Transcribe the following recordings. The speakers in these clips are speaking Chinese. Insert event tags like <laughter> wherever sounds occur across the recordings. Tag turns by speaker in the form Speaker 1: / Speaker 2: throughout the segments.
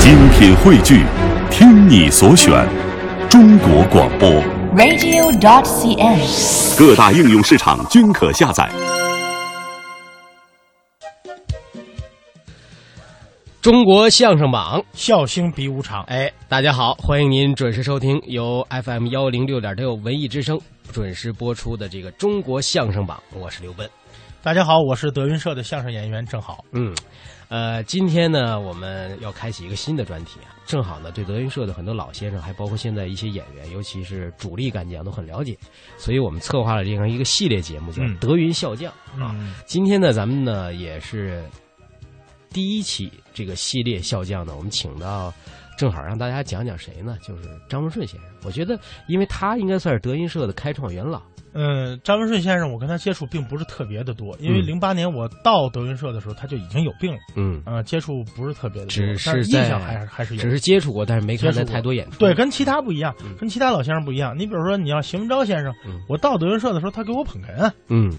Speaker 1: 精品汇聚，听你所选，中国广播。
Speaker 2: radio.cn
Speaker 1: 各大应用市场均可下载。
Speaker 3: 中国相声榜，
Speaker 4: 笑星比武场。
Speaker 3: 哎，大家好，欢迎您准时收听由 FM 幺零六点六文艺之声准时播出的这个《中国相声榜》，我是刘奔。
Speaker 4: 大家好，我是德云社的相声演员郑好。
Speaker 3: 嗯，呃，今天呢，我们要开启一个新的专题啊，正好呢，对德云社的很多老先生，还包括现在一些演员，尤其是主力干将都很了解，所以我们策划了这样一个系列节目，叫
Speaker 4: 嗯
Speaker 3: 《德云笑将》啊。
Speaker 4: 嗯，
Speaker 3: 今天呢，咱们呢也是第一期这个系列笑匠呢，我们请到正好让大家讲讲谁呢？就是张文顺先生。我觉得，因为他应该算是德云社的开创元老。
Speaker 4: 嗯，张文顺先生，我跟他接触并不是特别的多，因为
Speaker 3: 嗯
Speaker 4: 零八年我到德云社的时候，他就已经有病了，
Speaker 3: 嗯，
Speaker 4: 呃，接触不是特别的多，
Speaker 3: 只是
Speaker 4: 但
Speaker 3: 在
Speaker 4: 印象还是还是有
Speaker 3: 嗯只。是接触过，但是没看
Speaker 4: 接
Speaker 3: 他
Speaker 4: 触过
Speaker 3: 太多演出。
Speaker 4: 对，跟其他不一样
Speaker 3: 嗯，
Speaker 4: 跟其他老先生不一样。你比如说，你要邢文昭先生
Speaker 3: 嗯，
Speaker 4: 我到德云社的时候，他给我捧哏，啊
Speaker 3: 嗯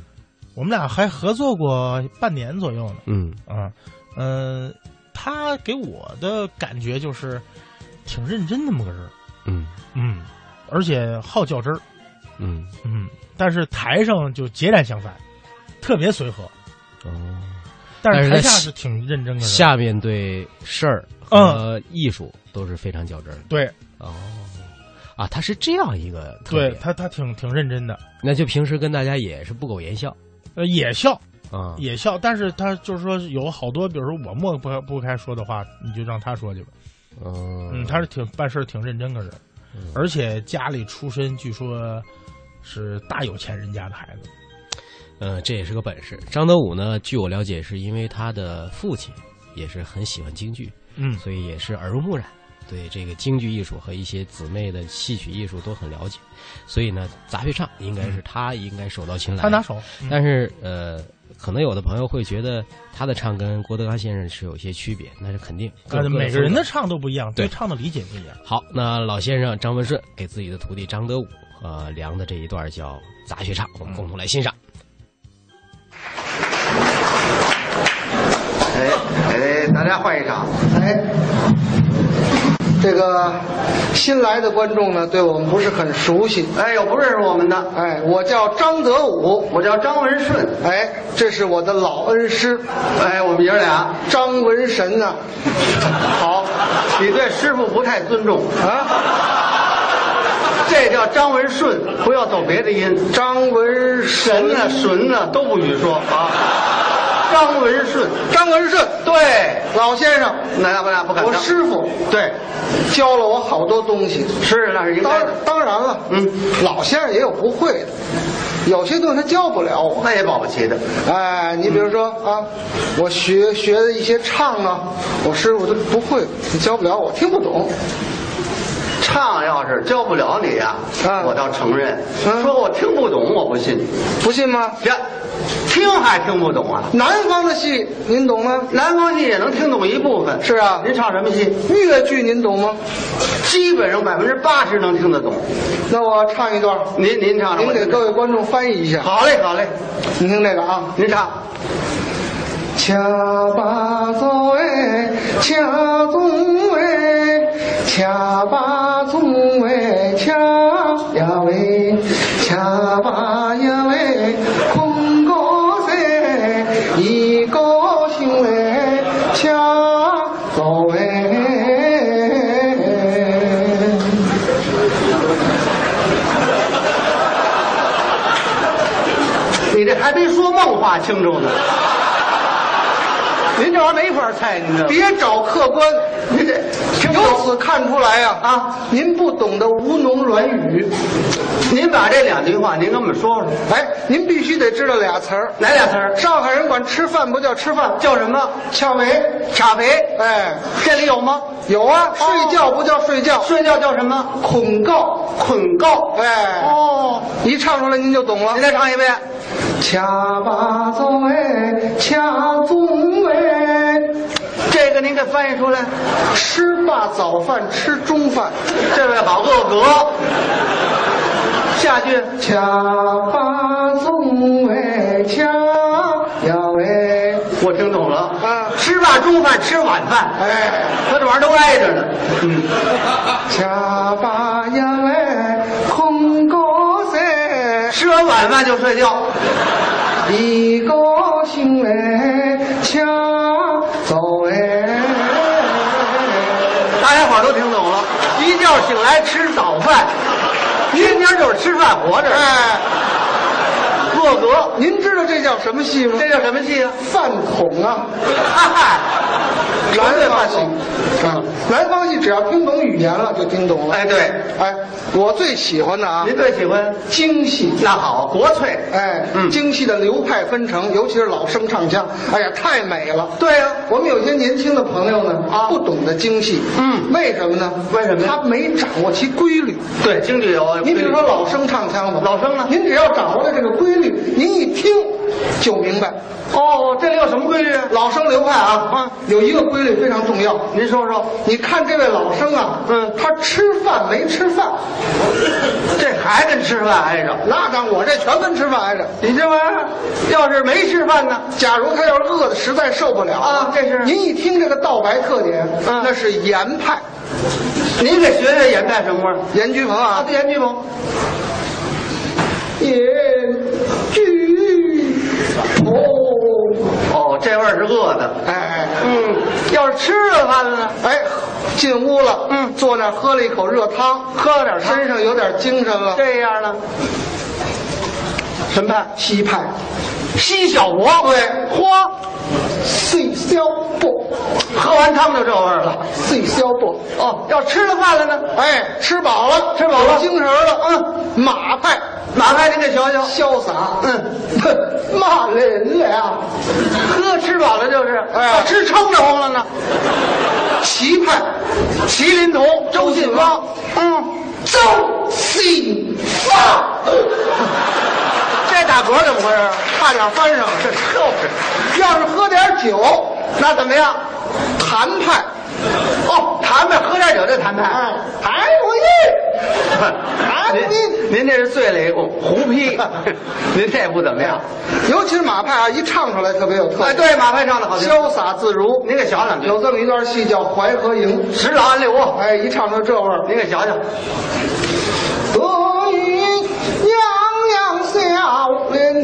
Speaker 4: 我们俩还合作过半年左右呢。
Speaker 3: 嗯
Speaker 4: 啊，嗯，他给我的感觉就是挺认真那么个人儿，
Speaker 3: 嗯
Speaker 4: 嗯，而且好较真儿。
Speaker 3: 嗯，
Speaker 4: 嗯，但是台上就截然相反，特别随和，
Speaker 3: 哦，
Speaker 4: 但
Speaker 3: 但
Speaker 4: 是
Speaker 3: 是
Speaker 4: 台
Speaker 3: 在
Speaker 4: 下
Speaker 3: 下
Speaker 4: 是挺认真的人。
Speaker 3: 下面对事儿和艺术都是非常较真儿的。
Speaker 4: 对
Speaker 3: 哦，啊，他是这样一个特
Speaker 4: 对
Speaker 3: 点，
Speaker 4: 他他挺挺认真的，
Speaker 3: 那就平时跟大家也是不苟言笑
Speaker 4: 呃，也笑
Speaker 3: 啊。
Speaker 4: 也笑，但是他就是说有好多，比如说我抹不开不该说的话，你就让他说去吧。
Speaker 3: 嗯
Speaker 4: 嗯，他是挺办事儿挺认真个人，而且家里出身据说是大有钱人家的孩子。
Speaker 3: 呃，这也是个本事。张德武呢，据我了解，是因为他的父亲也是很喜欢京剧，
Speaker 4: 嗯
Speaker 3: 所以也是耳濡目染，对这个京剧艺术和一些姊妹的戏曲艺术都很了解。所以呢，杂学唱应该是他应该手到擒来。
Speaker 4: 嗯他拿手，嗯
Speaker 3: 但是呃，可能有的朋友会觉得他的唱跟郭德纲先生是有些区别，那是肯定。各有各
Speaker 4: 呃
Speaker 3: 的
Speaker 4: 每个人
Speaker 3: 风格
Speaker 4: 的唱都不一样，
Speaker 3: 对
Speaker 4: 对唱的理解不一样。
Speaker 3: 好，那老先生张文顺给自己的徒弟张德武呃量的这一段叫《杂学唱》，我们共同来欣赏。
Speaker 5: 哎哎，大家换一场。哎，这个新来的观众呢，对我们不是很熟悉。哎，有不认识我们的。哎，我叫张德武，我叫张文顺。哎，这是我的老恩师。哎，我们爷俩张文神啊呐、好，你对师傅不太尊重啊。这叫张文顺，不要走别的音。张文神呐、顺呐、都不许说啊。张文顺，张文顺，对，老先生，那咱们俩不敢当。我师傅，对，教了我好多东西。是，啊那是应该当当然了，嗯，老先生也有不会的，有些东西他教不了我。那也保不齐的。哎，你比如说、啊，我学学的一些唱啊，我师傅他不会，他教不了我，听不懂。
Speaker 6: 唱要是教不了你呀、
Speaker 5: 啊
Speaker 6: 我倒承认。
Speaker 5: 嗯
Speaker 6: 说我听不懂，我不信。
Speaker 5: 不信吗？
Speaker 6: 呀，听还听不懂啊？
Speaker 5: 南方的戏您懂吗？
Speaker 6: 南方戏也能听懂一部分。
Speaker 5: 是啊
Speaker 6: 您唱什么戏？
Speaker 5: 越剧您懂吗？
Speaker 6: 基本上百分之八十能听得懂。
Speaker 5: 那我唱一段，
Speaker 6: 您您唱，
Speaker 5: 您给各位观众翻译一下。
Speaker 6: 我。好嘞，好嘞，
Speaker 5: 您听这个啊。
Speaker 6: 您唱。
Speaker 5: 恰巴祖哎，恰宗哎，恰巴宗哎，恰呀喂，恰巴呀喂，空高塞，一高兴嘞，恰走哎。
Speaker 6: 你这还没说梦话清楚呢。您这玩意儿没法猜，您这。
Speaker 5: 别找客观，您这由此看出来呀啊
Speaker 6: 啊
Speaker 5: 您不懂得吴侬软语，
Speaker 6: 您把这两句话您跟我们说说，
Speaker 5: 哎，您必须得知道俩词儿。
Speaker 6: 哪俩词儿？
Speaker 5: 上海人管吃饭不叫吃饭，
Speaker 6: 叫什么？
Speaker 5: 翘尾。
Speaker 6: 傻肥。
Speaker 5: 哎，
Speaker 6: 这里有吗？哦
Speaker 5: 有啊，睡觉不叫睡觉，
Speaker 6: 睡觉叫什么？
Speaker 5: 恐告。
Speaker 6: 捆告。
Speaker 5: 哎，
Speaker 6: 哦，
Speaker 5: 一唱出来您就懂了
Speaker 6: 您。再唱一遍。
Speaker 5: 掐把宗哎，掐宗哎，
Speaker 6: 这个您给翻译出来。
Speaker 5: 吃罢早饭吃中饭。
Speaker 6: 这位好恶格。下句，
Speaker 5: 恰巴宗哎，恰呀喂，
Speaker 6: 我听懂了。
Speaker 5: 啊
Speaker 6: 吃罢中饭，吃晚饭。
Speaker 5: 哎，
Speaker 6: 他这玩意儿都挨着呢。嗯，
Speaker 5: 下巴呀哎，空个噻，
Speaker 6: 吃完晚饭就睡觉。
Speaker 5: 一个醒来，恰走哎，
Speaker 6: 大家伙儿都听懂了，一觉醒来吃早饭，天天就是吃饭活着。
Speaker 5: 哎，
Speaker 6: 破格，
Speaker 5: 您知道这叫什么戏吗？
Speaker 6: 这叫什么戏啊？
Speaker 5: 饭桶啊，
Speaker 6: 嗨，
Speaker 5: 南
Speaker 6: 绝对
Speaker 5: 方
Speaker 6: 饭
Speaker 5: 戏
Speaker 6: 桶。
Speaker 5: 啊，南方戏只要听懂语言了就听懂了。
Speaker 6: 哎，对，
Speaker 5: 哎，我最喜欢的啊，
Speaker 6: 您最喜欢？
Speaker 5: 京戏。
Speaker 6: 那好，国粹。
Speaker 5: 哎，
Speaker 6: 嗯
Speaker 5: 京戏的流派分成，尤其是老生唱腔，哎呀，太美了。
Speaker 6: 对呀、
Speaker 5: 我们有些年轻的朋友呢，
Speaker 6: 啊
Speaker 5: 不懂得京戏，
Speaker 6: 嗯
Speaker 5: 为什么呢？
Speaker 6: 为什么呀
Speaker 5: 他没掌握其规律。
Speaker 6: 对，京剧有。啊
Speaker 5: 你比如说老生唱腔吧，
Speaker 6: 老生啊呢
Speaker 5: 您只要掌握了这个规律，您一听就明白。
Speaker 6: 哦，这里有什么规律？
Speaker 5: 老生流派啊，
Speaker 6: 啊
Speaker 5: 有一个规律非常重要。
Speaker 6: 您说说，
Speaker 5: 你看这位老生啊，
Speaker 6: 嗯
Speaker 5: 他吃饭没吃饭？
Speaker 6: <laughs> 这还跟吃饭挨着？
Speaker 5: 那当我这全跟吃饭挨着。
Speaker 6: 你这玩意儿，要是没吃饭呢？
Speaker 5: 假如他要是饿的实在受不了
Speaker 6: 啊这是
Speaker 5: 您一听这个道白特点，
Speaker 6: 嗯
Speaker 5: 那是严派。
Speaker 6: 您给学学演派什么味儿？
Speaker 5: 严居鹏啊，
Speaker 6: 严居鹏，
Speaker 5: 严居鹏，
Speaker 6: 哦，这味儿是饿的。
Speaker 5: 哎哎
Speaker 6: 嗯，要是吃了饭了呢？
Speaker 5: 哎，进屋了，
Speaker 6: 嗯
Speaker 5: 坐那儿喝了一口热汤，
Speaker 6: 喝了点
Speaker 5: 身
Speaker 6: 身
Speaker 5: 上有点精神了，
Speaker 6: 这样呢？
Speaker 5: 什么派？西派，
Speaker 6: 西小国
Speaker 5: 对
Speaker 6: 嚯，
Speaker 5: 碎箫布，
Speaker 6: 喝完汤就这味儿了。
Speaker 5: 碎箫布。
Speaker 6: 哦，要吃了饭了呢？
Speaker 5: 哎，吃饱了，
Speaker 6: 吃饱
Speaker 5: 有
Speaker 6: 了
Speaker 5: 精神了，嗯，马派。
Speaker 6: 马派您给瞧瞧，
Speaker 5: 潇洒，
Speaker 6: 嗯，
Speaker 5: 哼，骂人了呀！
Speaker 6: 喝吃饱了就是，
Speaker 5: 哎
Speaker 6: 要吃撑得慌了呢。
Speaker 5: 棋派，
Speaker 6: 麒麟头周信芳，嗯，
Speaker 5: 周信芳，
Speaker 6: 这打嗝怎么回事？差点翻上了，这就是。
Speaker 5: 要是喝点酒，
Speaker 6: 那怎么样？
Speaker 5: 谭派，
Speaker 6: 哦，谈呗，喝点酒就谈呗。
Speaker 5: 哎，哎，我 <laughs> 一，
Speaker 6: 啊
Speaker 5: 您
Speaker 6: 您您这是醉了一股胡批， <laughs> 您这不怎么样。
Speaker 5: 尤其是马派啊，一唱出来特别有特
Speaker 6: 哎，
Speaker 5: 点，
Speaker 6: 对，马派唱的好听，
Speaker 5: 潇洒自如。
Speaker 6: 您给瞧瞧，
Speaker 5: 有这么一段戏叫《淮河营》，
Speaker 6: 十郎安六窝，
Speaker 5: 哎，一唱出这味儿，
Speaker 6: 您给瞧瞧，
Speaker 5: 得意洋洋笑连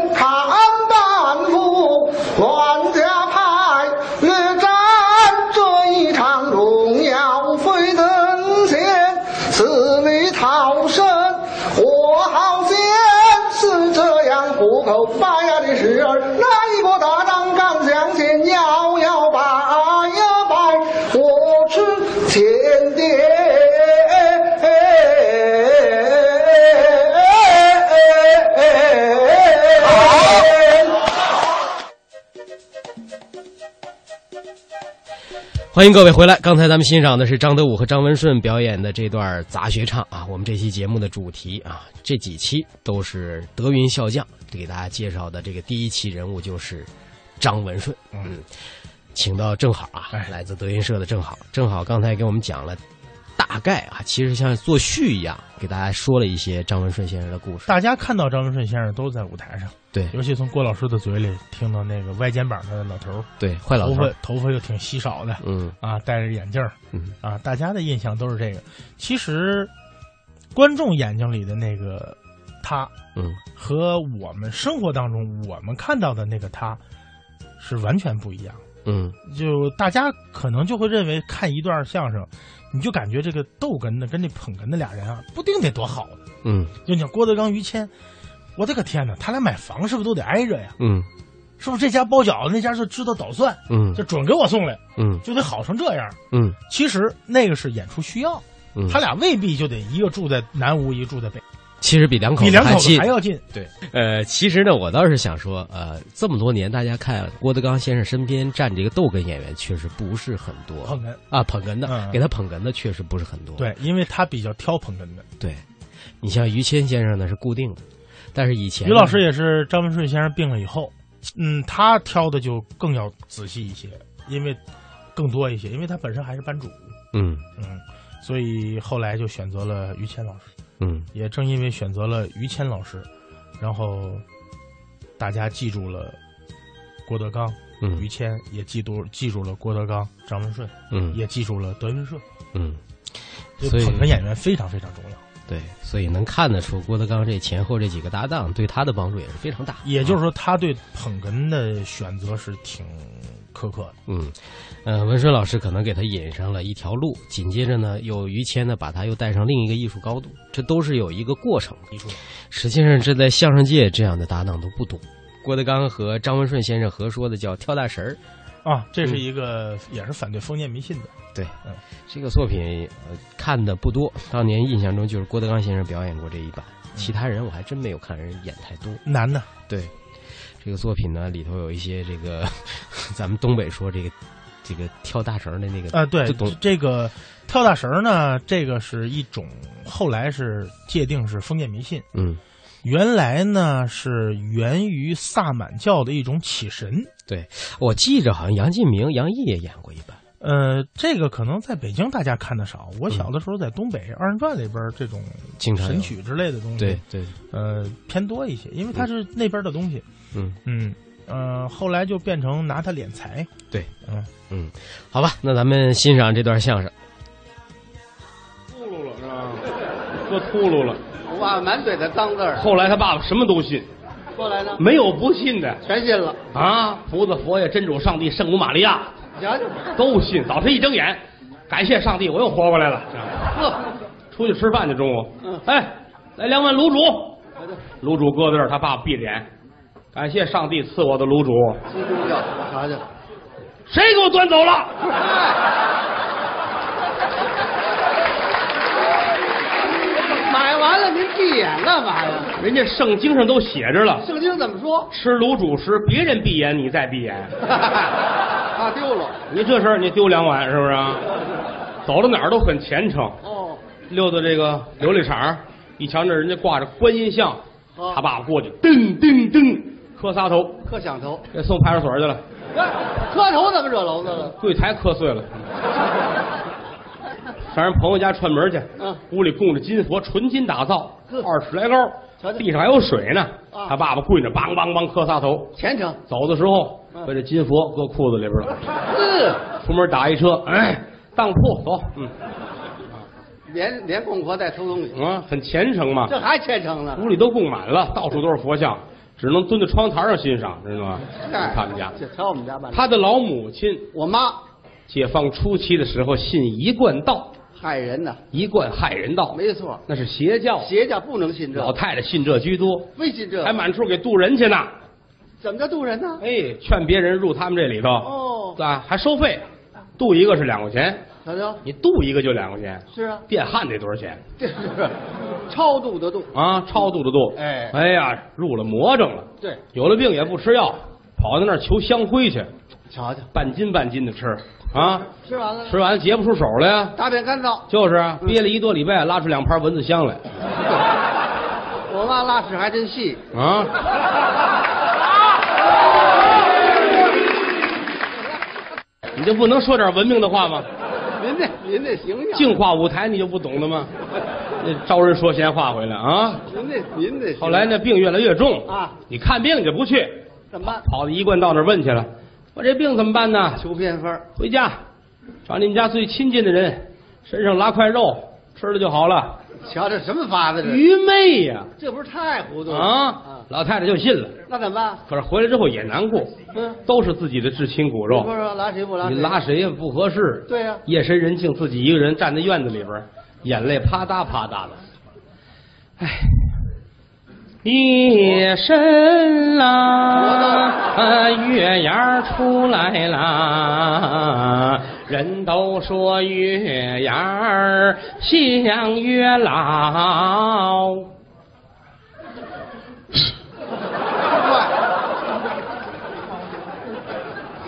Speaker 5: 看半幅乱家派，越战这一场荣耀飞登前，死里逃生我好险，是这样虎口拔牙的时儿，那一波大仗干向前，摇摇摆呀摆，我是前爹。
Speaker 3: 欢迎各位回来。刚才咱们欣赏的是张德武和张文顺表演的这段杂学唱啊。我们这期节目的主题啊，这几期都是德云笑将，给大家介绍的这个第一期人物就是张文顺。嗯，请到正好啊
Speaker 4: 哎，
Speaker 3: 来自德云社的正好，正好刚才给我们讲了大概啊，其实像作序一样，给大家说了一些张文顺先生的故事。嗯
Speaker 4: 大家看到张文顺先生都在舞台上，
Speaker 3: 对
Speaker 4: 尤其从郭老师的嘴里听到那个歪肩膀的老头儿，
Speaker 3: 对，坏老
Speaker 4: 头
Speaker 3: 头
Speaker 4: 发
Speaker 3: 儿，
Speaker 4: 头发又挺稀少的
Speaker 3: 嗯
Speaker 4: 啊，戴着眼镜儿
Speaker 3: 嗯
Speaker 4: 啊，大家的印象都是这个。其实，观众眼睛里的那个他
Speaker 3: 嗯，
Speaker 4: 和我们生活当中我们看到的那个他是完全不一样的。
Speaker 3: 嗯，
Speaker 4: 就大家可能就会认为看一段相声，你就感觉这个逗哏的跟这捧哏的俩人啊，不定得多好呢。
Speaker 3: 嗯，
Speaker 4: 就你像郭德纲、于谦，我的个天哪，他俩买房是不是都得挨着呀？
Speaker 3: 嗯，
Speaker 4: 是不是这家包饺子，那家就知道捣蒜，
Speaker 3: 嗯，
Speaker 4: 就准给我送来，
Speaker 3: 嗯，
Speaker 4: 就得好成这样？
Speaker 3: 嗯，
Speaker 4: 其实那个是演出需要，
Speaker 3: 嗯，
Speaker 4: 他俩未必就得一个住在南屋，一个住在北，
Speaker 3: 其实比两口
Speaker 4: 比
Speaker 3: 子
Speaker 4: 两
Speaker 3: 还
Speaker 4: 口子
Speaker 3: 近
Speaker 4: 还。要近。
Speaker 3: 呃，其实呢，我倒是想说，呃，这么多年，大家看郭德纲先生身边站这个逗哏演员，确实不是很多。
Speaker 4: 捧哏，
Speaker 3: 啊，捧哏的，
Speaker 4: 嗯
Speaker 3: 给他捧哏的确实不是很多。
Speaker 4: 对，因为他比较挑捧哏的。
Speaker 3: 对，你像于谦先生呢是固定的，但是以前
Speaker 4: 于老师
Speaker 3: 也
Speaker 4: 也是张文顺先生病了以后，嗯，他挑的就更要仔细一些，因为更多一些，因为他本身还是班主，
Speaker 3: 嗯
Speaker 4: 嗯，所以后来就选择了于谦老师。
Speaker 3: 嗯
Speaker 4: 也正因为选择了于谦老师，然后大家记住了郭德纲、
Speaker 3: 嗯
Speaker 4: 于谦也记住记住了郭德纲、张文顺，
Speaker 3: 嗯
Speaker 4: 也记住了德云社。
Speaker 3: 嗯，
Speaker 4: 就
Speaker 3: 所以
Speaker 4: 捧哏演员非常非常重要。
Speaker 3: 对，所以能看得出郭德纲这前后这几个搭档对他的帮助也是非常大。
Speaker 4: 也就是说，
Speaker 3: 啊
Speaker 4: 他对捧哏的选择是挺苛刻的。
Speaker 3: 嗯，呃，文顺老师可能给他引上了一条路，紧接着呢，又于谦呢把他又带上另一个艺术高度，这都是有一个过程的。
Speaker 4: 艺术
Speaker 3: 实际上，这在相声界这样的搭档都不多。郭德纲和张文顺先生合说的叫“跳大神儿
Speaker 4: 啊，这
Speaker 3: 嗯
Speaker 4: 是一个、也是反对封建迷信的。”，
Speaker 3: 这个作品呃看的不多，当年印象中就是郭德纲先生表演过这一版，其他人我还真没有看人演太多。
Speaker 4: 男的
Speaker 3: 对，这个作品呢里头有一些这个， <laughs> 咱们东北说这个这个跳大绳儿的那个
Speaker 4: 啊，对
Speaker 3: 这懂，
Speaker 4: 这个跳大神儿呢，这个是一种后来是界定是封建迷信，
Speaker 3: 嗯，
Speaker 4: 原来呢是源于萨满教的一种起神。
Speaker 3: 我记着好像杨进明、杨毅也演过一版。
Speaker 4: 呃，这个可能在北京大家看的少，我小的时候在东北二人转里边儿这种
Speaker 3: 嗯经常有
Speaker 4: 神曲之类的东西，
Speaker 3: 对，对，
Speaker 4: 呃，偏多一些，因为它是那边的东西。
Speaker 3: 嗯
Speaker 4: 嗯，呃，后来就变成拿他敛财。
Speaker 3: 对，
Speaker 4: 嗯，
Speaker 3: 嗯，好吧，那咱们欣赏这段相声。
Speaker 2: 秃噜了啊，说秃噜了。
Speaker 6: 我啊满嘴的脏字儿，
Speaker 2: 后来他爸爸什么都信，
Speaker 6: 后来呢，
Speaker 2: 没有不信的
Speaker 6: 全信了。
Speaker 2: 啊！菩萨、佛爷、真主、上帝、圣母玛利亚
Speaker 6: 瞧瞧，
Speaker 2: 都信。早晨一睁眼，感谢上帝，我又活过来了。
Speaker 6: 呵，
Speaker 2: 出去吃饭去，中午。
Speaker 6: 嗯
Speaker 2: 哎，来两碗卤煮。卤煮搁在这儿，他爸爸闭着眼，感谢上帝赐我的卤煮。
Speaker 6: 基督教，瞧瞧，
Speaker 2: 谁给我端走了？
Speaker 6: 买完了您闭眼干嘛呀？
Speaker 2: 人家圣经上都写着了，
Speaker 6: 圣经怎么说？
Speaker 2: 吃卤煮时别人闭眼，你再闭眼。
Speaker 6: <laughs> 怕啊丢了。
Speaker 2: 你这事儿你丢两碗是不是啊？走到哪儿都很虔诚。
Speaker 6: 哦，
Speaker 2: 溜到这个琉璃厂儿，一瞧那人家挂着观音像，
Speaker 6: 哦
Speaker 2: 他爸爸过去，噔噔噔磕仨头，
Speaker 6: 磕响头，
Speaker 2: 给送派出所去了，
Speaker 6: 磕头怎么惹娄子了？
Speaker 2: 柜台磕碎了。上人朋友家串门去，
Speaker 6: 嗯
Speaker 2: 屋里供着金佛，纯金打造，
Speaker 6: 呵
Speaker 2: 二尺来高
Speaker 6: 瞧瞧，
Speaker 2: 地上还有水呢。
Speaker 6: 啊
Speaker 2: 他爸爸跪着，梆梆梆磕仨头。
Speaker 6: 虔诚，
Speaker 2: 走的时候
Speaker 6: 嗯
Speaker 2: 把这金佛搁裤子里边了，
Speaker 6: 嗯，
Speaker 2: 出门打一车，哎，当铺走，嗯
Speaker 6: 连连供佛带偷东西，
Speaker 2: 啊，很虔诚嘛。
Speaker 6: 这还虔诚呢。
Speaker 2: 屋里都供满了，到处都是佛像，只能蹲在窗台上欣赏，知道吗？
Speaker 6: 哎
Speaker 2: 他们家，
Speaker 6: 这瞧我们家办的。
Speaker 2: 他的老母亲，
Speaker 6: 我妈
Speaker 2: 解放初期的时候信一贯道，
Speaker 6: 害人呐，
Speaker 2: 一贯害人道，
Speaker 6: 没错，
Speaker 2: 那是邪教。
Speaker 6: 邪教不能信这，
Speaker 2: 老太太信这居多，
Speaker 6: 非信这，哦
Speaker 2: 还满处给渡人去呢。
Speaker 6: 怎么叫渡人呢？
Speaker 2: 哎，劝别人入他们这里头，
Speaker 6: 哦
Speaker 2: 啊，还收费，渡一个是两块钱，
Speaker 6: 瞧瞧，
Speaker 2: 你渡一个就两块钱，
Speaker 6: 是啊，
Speaker 2: 电焊得多少钱
Speaker 6: 这是超度的度，
Speaker 2: 啊？超度的渡。
Speaker 6: 哎
Speaker 2: 哎呀，入了魔怔了，
Speaker 6: 对，
Speaker 2: 有了病也不吃药，跑到那儿求香灰去。
Speaker 6: 瞧瞧，
Speaker 2: 半斤半斤的吃啊，
Speaker 6: 吃完了，嗯
Speaker 2: 吃完结不出手来呀。
Speaker 6: 大便干燥，
Speaker 2: 就是啊，憋了一多礼拜，拉出两盘蚊子香来
Speaker 6: 我妈拉屎还真细，
Speaker 2: 啊！你就不能说点文明的话吗？
Speaker 6: 您这您这形象，
Speaker 2: 净化舞台你就不懂了吗？那招人说闲话回来啊！
Speaker 6: 您这您这形象
Speaker 2: 后来那病越来越重
Speaker 6: 啊，
Speaker 2: 你看病你就不去，
Speaker 6: 怎么办？
Speaker 2: 跑到一贯道那儿问去了，我这病怎么办呢？
Speaker 6: 求偏方，
Speaker 2: 回家找你们家最亲近的人，身上拉块肉吃了就好了。
Speaker 6: 瞧这什么法子这？
Speaker 2: 愚昧呀、
Speaker 6: 这不是太糊涂
Speaker 2: 啊！
Speaker 6: 了啊？
Speaker 2: 老太太就信了，
Speaker 6: 那怎么办？
Speaker 2: 可是回来之后也难过，
Speaker 6: 嗯，
Speaker 2: 都是自己的至亲骨
Speaker 6: 你
Speaker 2: 肉
Speaker 6: 不，说拉屎不拉
Speaker 2: 你
Speaker 6: 屎？
Speaker 2: 拉谁也不合适。
Speaker 6: 对呀
Speaker 2: 夜深人静，自己一个人站在院子里边儿，眼泪啪嗒啪嗒的。唉，夜深啦，呃月牙出来啦，人都说月牙儿像月老。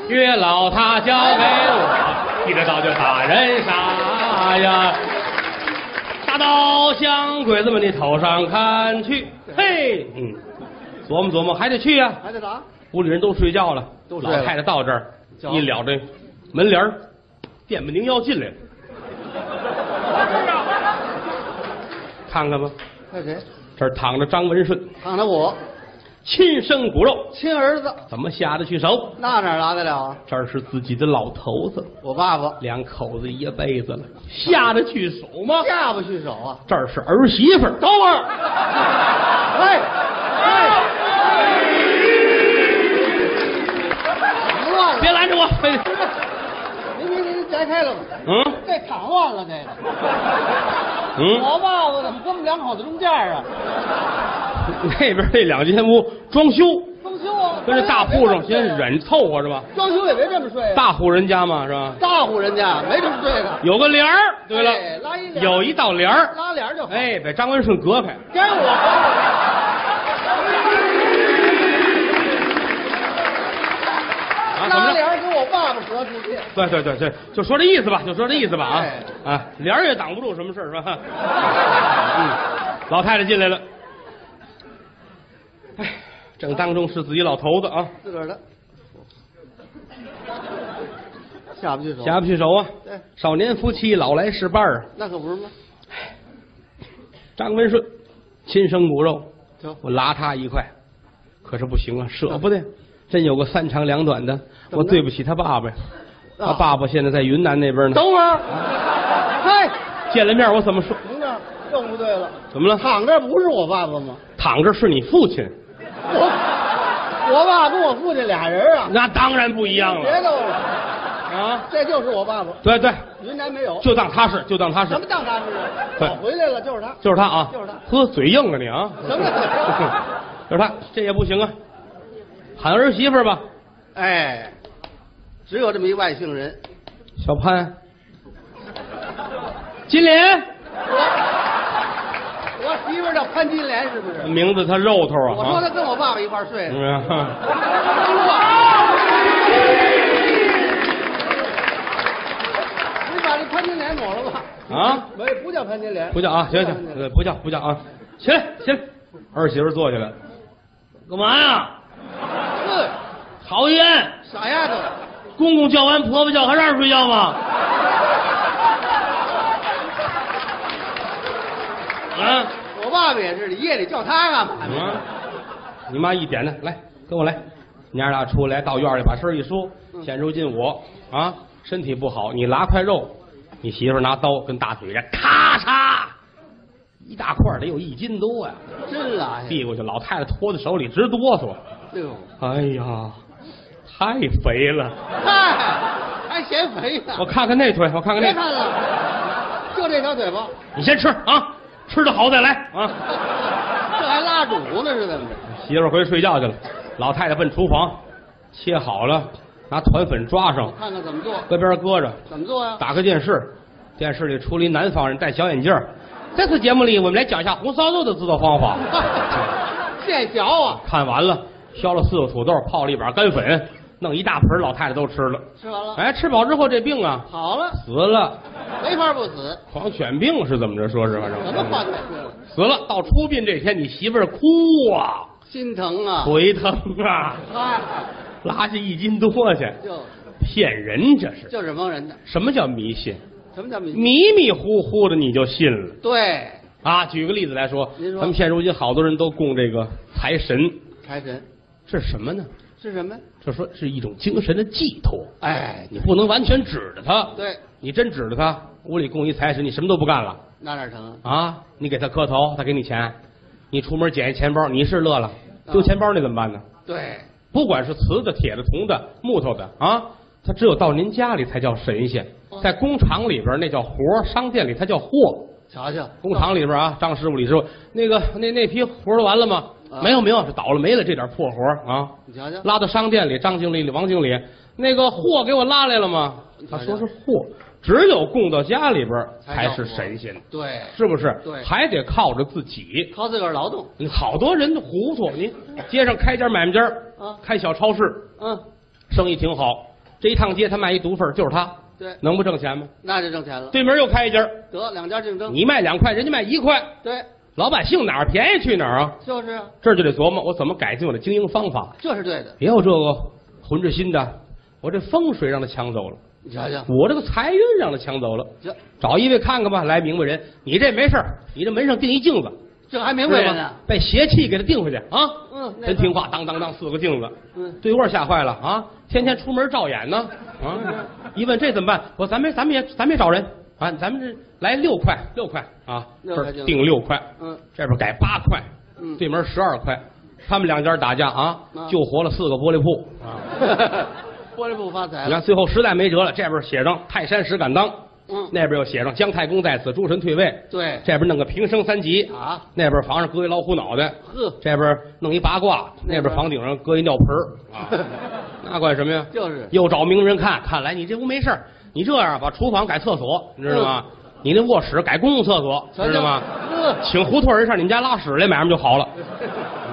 Speaker 2: 月老他交给我，一着刀就把人杀呀。大刀向鬼子们的头上砍去，嘿，嗯，琢磨琢磨还得去啊呀、
Speaker 6: 还得打？
Speaker 2: 屋里人都睡觉了，
Speaker 6: 都睡
Speaker 2: 老
Speaker 6: 了
Speaker 2: 太太到这儿
Speaker 6: 叫
Speaker 2: 一撩这门帘儿，电不灵腰进来 <laughs> 了。看看吧，
Speaker 6: 那谁？
Speaker 2: 这儿躺着张文顺，
Speaker 6: 躺着我，
Speaker 2: 亲生骨肉，
Speaker 6: 亲儿子，
Speaker 2: 怎么下得去手？
Speaker 6: 那哪拿得了啊？
Speaker 2: 这儿是自己的老头子，
Speaker 6: 我爸爸
Speaker 2: 两口子一辈子了，下得去手吗？
Speaker 6: 下不去手啊！
Speaker 2: 这儿是儿媳妇儿，等会儿，
Speaker 6: 哎哎，哎乱
Speaker 2: 别
Speaker 6: 了，
Speaker 2: 拦着我，非得
Speaker 6: 您您您摘开了吧，
Speaker 2: 嗯
Speaker 6: 这场乱了，这个
Speaker 2: 嗯，
Speaker 6: 我爸爸怎么跟我们两口子中间啊？
Speaker 2: 那边那两间屋装修，
Speaker 6: 装修啊，
Speaker 2: 跟这大户 <laughs> 上先忍凑合是吧？
Speaker 6: 装修也别这么睡啊，
Speaker 2: 大户人家嘛是吧？
Speaker 6: 大户人家没这么睡的，
Speaker 2: 有个帘儿，对
Speaker 6: 哎
Speaker 2: 了，
Speaker 6: 拉一帘儿
Speaker 2: 有一道帘儿，
Speaker 6: 拉帘儿就好。
Speaker 2: 哎，把张文顺隔开。
Speaker 6: 给我，
Speaker 2: 啊，怎
Speaker 6: 拉
Speaker 2: 么着？
Speaker 6: 帘儿给我爸爸折出去。
Speaker 2: 对对对对，就说这意思吧，就说这意思吧啊
Speaker 6: 哎
Speaker 2: 啊，帘儿也挡不住什么事儿是吧？ <laughs> 嗯，老太太进来了，哎，正当中是自己老头子啊，
Speaker 6: 自个儿的，下不去手。
Speaker 2: 下不去手啊
Speaker 6: 哦对。
Speaker 2: 少年夫妻老来是伴儿啊，
Speaker 6: 那可不是吗？
Speaker 2: 张文顺，亲生骨肉，
Speaker 6: 行，
Speaker 2: 我拉他一块，可是不行啊，舍不得，真有个三长两短的，我
Speaker 6: 怎么呢
Speaker 2: 对不起他爸爸呀。
Speaker 6: 啊
Speaker 2: 他爸爸现在在云南那边呢，
Speaker 6: 等会
Speaker 2: <laughs>
Speaker 6: 儿，嗨，
Speaker 2: 见了面我怎么说？
Speaker 6: 等等，更不对 <laughs> 了，
Speaker 2: 怎么了？
Speaker 6: 躺这不是我爸爸吗？
Speaker 2: 躺着是你父亲，
Speaker 6: 我我爸跟我父亲俩人 <laughs> 啊，
Speaker 2: 那当然不一样
Speaker 6: 别
Speaker 2: 了
Speaker 6: 逗了，
Speaker 2: 啊！
Speaker 6: 这就是我爸爸，
Speaker 2: 对对，
Speaker 6: 云南没有，
Speaker 2: 就当他是，就当他是
Speaker 6: 什，么当他是
Speaker 2: 对
Speaker 6: 啊我回来了，就是他，
Speaker 2: 就是他啊，
Speaker 6: 就是他
Speaker 2: 呵，嘴硬啊你啊， <laughs>
Speaker 6: 什么叫
Speaker 2: 就是他，这也不行啊，喊儿媳妇儿吧，
Speaker 6: <laughs> 哎，只有这么一外姓人，
Speaker 2: 小潘，金莲，
Speaker 6: 我媳妇儿叫潘金莲是不是？
Speaker 2: 名字他肉头啊，
Speaker 6: 我说
Speaker 2: 啊
Speaker 6: 她跟我爸爸一块儿睡的。
Speaker 2: 嗯
Speaker 6: 你把这潘金莲抹了吧？
Speaker 2: 啊，
Speaker 6: 嗯没，不叫潘金莲，
Speaker 2: 不叫啊，行
Speaker 6: 潘金
Speaker 2: 行，
Speaker 6: 莲
Speaker 2: 对，不叫不叫啊，起来起来，儿媳妇儿坐起来，干嘛呀？
Speaker 6: 是
Speaker 2: 讨厌，
Speaker 6: 傻丫头，
Speaker 2: 公公叫完婆婆叫，还让人睡觉吗？啊
Speaker 6: 我爸爸也是的，夜里叫他干嘛呢？
Speaker 2: 啊！你妈一点的，来跟我来，娘儿俩出来到院里把身儿一梳。现如今我啊身体不好，你拉块肉，你媳妇儿拿刀跟大腿上咔嚓一大块儿得有一斤多呀、
Speaker 6: 真拉下，
Speaker 2: 递过去，老太太托在手里直哆嗦。
Speaker 6: 哎呦，
Speaker 2: 哎呀，太肥了！
Speaker 6: 嗨，还嫌肥呢？
Speaker 2: 我看看那腿，我看看那
Speaker 6: 别
Speaker 2: 腿。
Speaker 6: 看了，就这条腿吧，
Speaker 2: 你先吃啊，吃的好再来啊。
Speaker 6: 这还拉肚子呢是怎么着？
Speaker 2: 媳妇儿回去睡觉去了，老太太奔厨房，切好了，拿团粉抓上，
Speaker 6: 看看怎么做，
Speaker 2: 搁边儿搁着，
Speaker 6: 怎么做呀？
Speaker 2: 打开电视，电视里出了一南方人戴小眼镜儿。这次节目里，我们来讲一下红烧肉的制作方法。
Speaker 6: 现嚼啊，
Speaker 2: 看完了，削了四个土豆，泡了一把干粉，弄一大盆儿，老太太都吃了。
Speaker 6: 吃完了，
Speaker 2: 哎，吃饱之后这病啊
Speaker 6: 好了，
Speaker 2: 死了，
Speaker 6: 没法不死，
Speaker 2: 狂犬病是怎么着？说是反正
Speaker 6: 怎么换都对了，
Speaker 2: 死了，到出殡这天，你媳妇儿哭啊，
Speaker 6: 心疼啊，
Speaker 2: 腿疼啊，
Speaker 6: 嗨，
Speaker 2: 拉下一斤多去，
Speaker 6: 就
Speaker 2: 骗人这是。
Speaker 6: 就这帮人的，
Speaker 2: 什么叫迷信？
Speaker 6: 什么叫迷？
Speaker 2: 迷迷糊糊的你就信了
Speaker 6: 对，
Speaker 2: 啊！举个例子来说，
Speaker 6: 您说
Speaker 2: 咱们现如今好多人都供这个财神，
Speaker 6: 财神
Speaker 2: 这是什么呢？
Speaker 6: 是什么？
Speaker 2: 这说是一种精神的寄托，
Speaker 6: 哎，
Speaker 2: 你不能完全指着他。
Speaker 6: 对，
Speaker 2: 你真指着他，屋里供一财神，你什么都不干了
Speaker 6: 那哪成啊？
Speaker 2: 啊！你给他磕头，他给你钱，你出门捡一钱包，你是乐了，丢钱包你怎么办呢？
Speaker 6: 对，
Speaker 2: 不管是瓷的、铁的、铜的、木头的啊，它只有到您家里才叫神仙，在工厂里边那叫活儿，商店里它叫货。
Speaker 6: 瞧瞧，
Speaker 2: 工厂里边啊，张师傅、李师傅，那个那那批活儿都完了吗？
Speaker 6: 啊
Speaker 2: 没有没有，是倒了霉了，这点破活儿啊，
Speaker 6: 你瞧瞧，
Speaker 2: 拉到商店里，张经理、王经理，那个货给我拉来了吗？他说是货，只有供到家里边儿才是神仙，
Speaker 6: 对，
Speaker 2: 是不是？
Speaker 6: 对
Speaker 2: 还得靠着自己。
Speaker 6: 靠自个儿劳动，
Speaker 2: 你好多人糊涂，你街上开家买卖家儿
Speaker 6: 啊
Speaker 2: 开小超市，
Speaker 6: 嗯，
Speaker 2: 生意挺好。这一趟街他卖一毒贩儿，就是他，
Speaker 6: 对，
Speaker 2: 能不挣钱吗？
Speaker 6: 那就挣钱了。
Speaker 2: 对门又开一家儿，
Speaker 6: 得两家竞争，
Speaker 2: 你卖两块，人家卖一块，
Speaker 6: 对，
Speaker 2: 老百姓哪儿便宜去哪儿啊？
Speaker 6: 就是啊，
Speaker 2: 这就得琢磨我怎么改进我的经营方法。
Speaker 6: 这是对的。
Speaker 2: 也有这个混着心的，我这风水让他抢走了，
Speaker 6: 你瞧瞧，
Speaker 2: 我这个财运让他抢走了。
Speaker 6: 这
Speaker 2: 找一位看看吧，来明白人，你这没事儿你这门上钉一镜子，
Speaker 6: 这还明白着呢。
Speaker 2: 被邪气给他钉回去啊！
Speaker 6: 嗯嗯那
Speaker 2: 真听话，当当当四个镜子，
Speaker 6: 嗯
Speaker 2: 对过吓坏了啊，天天出门照眼呢，啊，一问这怎么办？我咱们咱们也咱们也找人啊，咱们这来六块六块啊，
Speaker 6: 六
Speaker 2: 这
Speaker 6: 块
Speaker 2: 儿
Speaker 6: 镜子
Speaker 2: 定六块，
Speaker 6: 嗯，
Speaker 2: 这边改八块，
Speaker 6: 嗯
Speaker 2: 对门十二块，他们两家打架啊
Speaker 6: 啊，
Speaker 2: 救活了四个玻璃铺啊。
Speaker 6: <laughs> 玻璃不发财
Speaker 2: 你看，
Speaker 6: 了。
Speaker 2: 最后实在没辙了，这边写上泰山石敢当，
Speaker 6: 嗯，
Speaker 2: 那边又写上姜太公在此，诸神退位，
Speaker 6: 对，
Speaker 2: 这边弄个平生三级
Speaker 6: 啊，
Speaker 2: 那边房上搁一老虎脑袋，
Speaker 6: 呵，
Speaker 2: 这边弄一八卦，
Speaker 6: 那边
Speaker 2: 那边房顶上搁一尿盆儿啊，那管什么呀？
Speaker 6: 就是
Speaker 2: 又找名人看，看来你这屋没事儿你这样把厨房改厕所，你知道吗？
Speaker 6: 嗯
Speaker 2: 你那卧室改公共厕所，
Speaker 6: 瞧瞧
Speaker 2: 知道吗？
Speaker 6: 呵
Speaker 2: <laughs> 请胡同人上你们家拉屎来买卖就
Speaker 6: <laughs>
Speaker 2: 好了。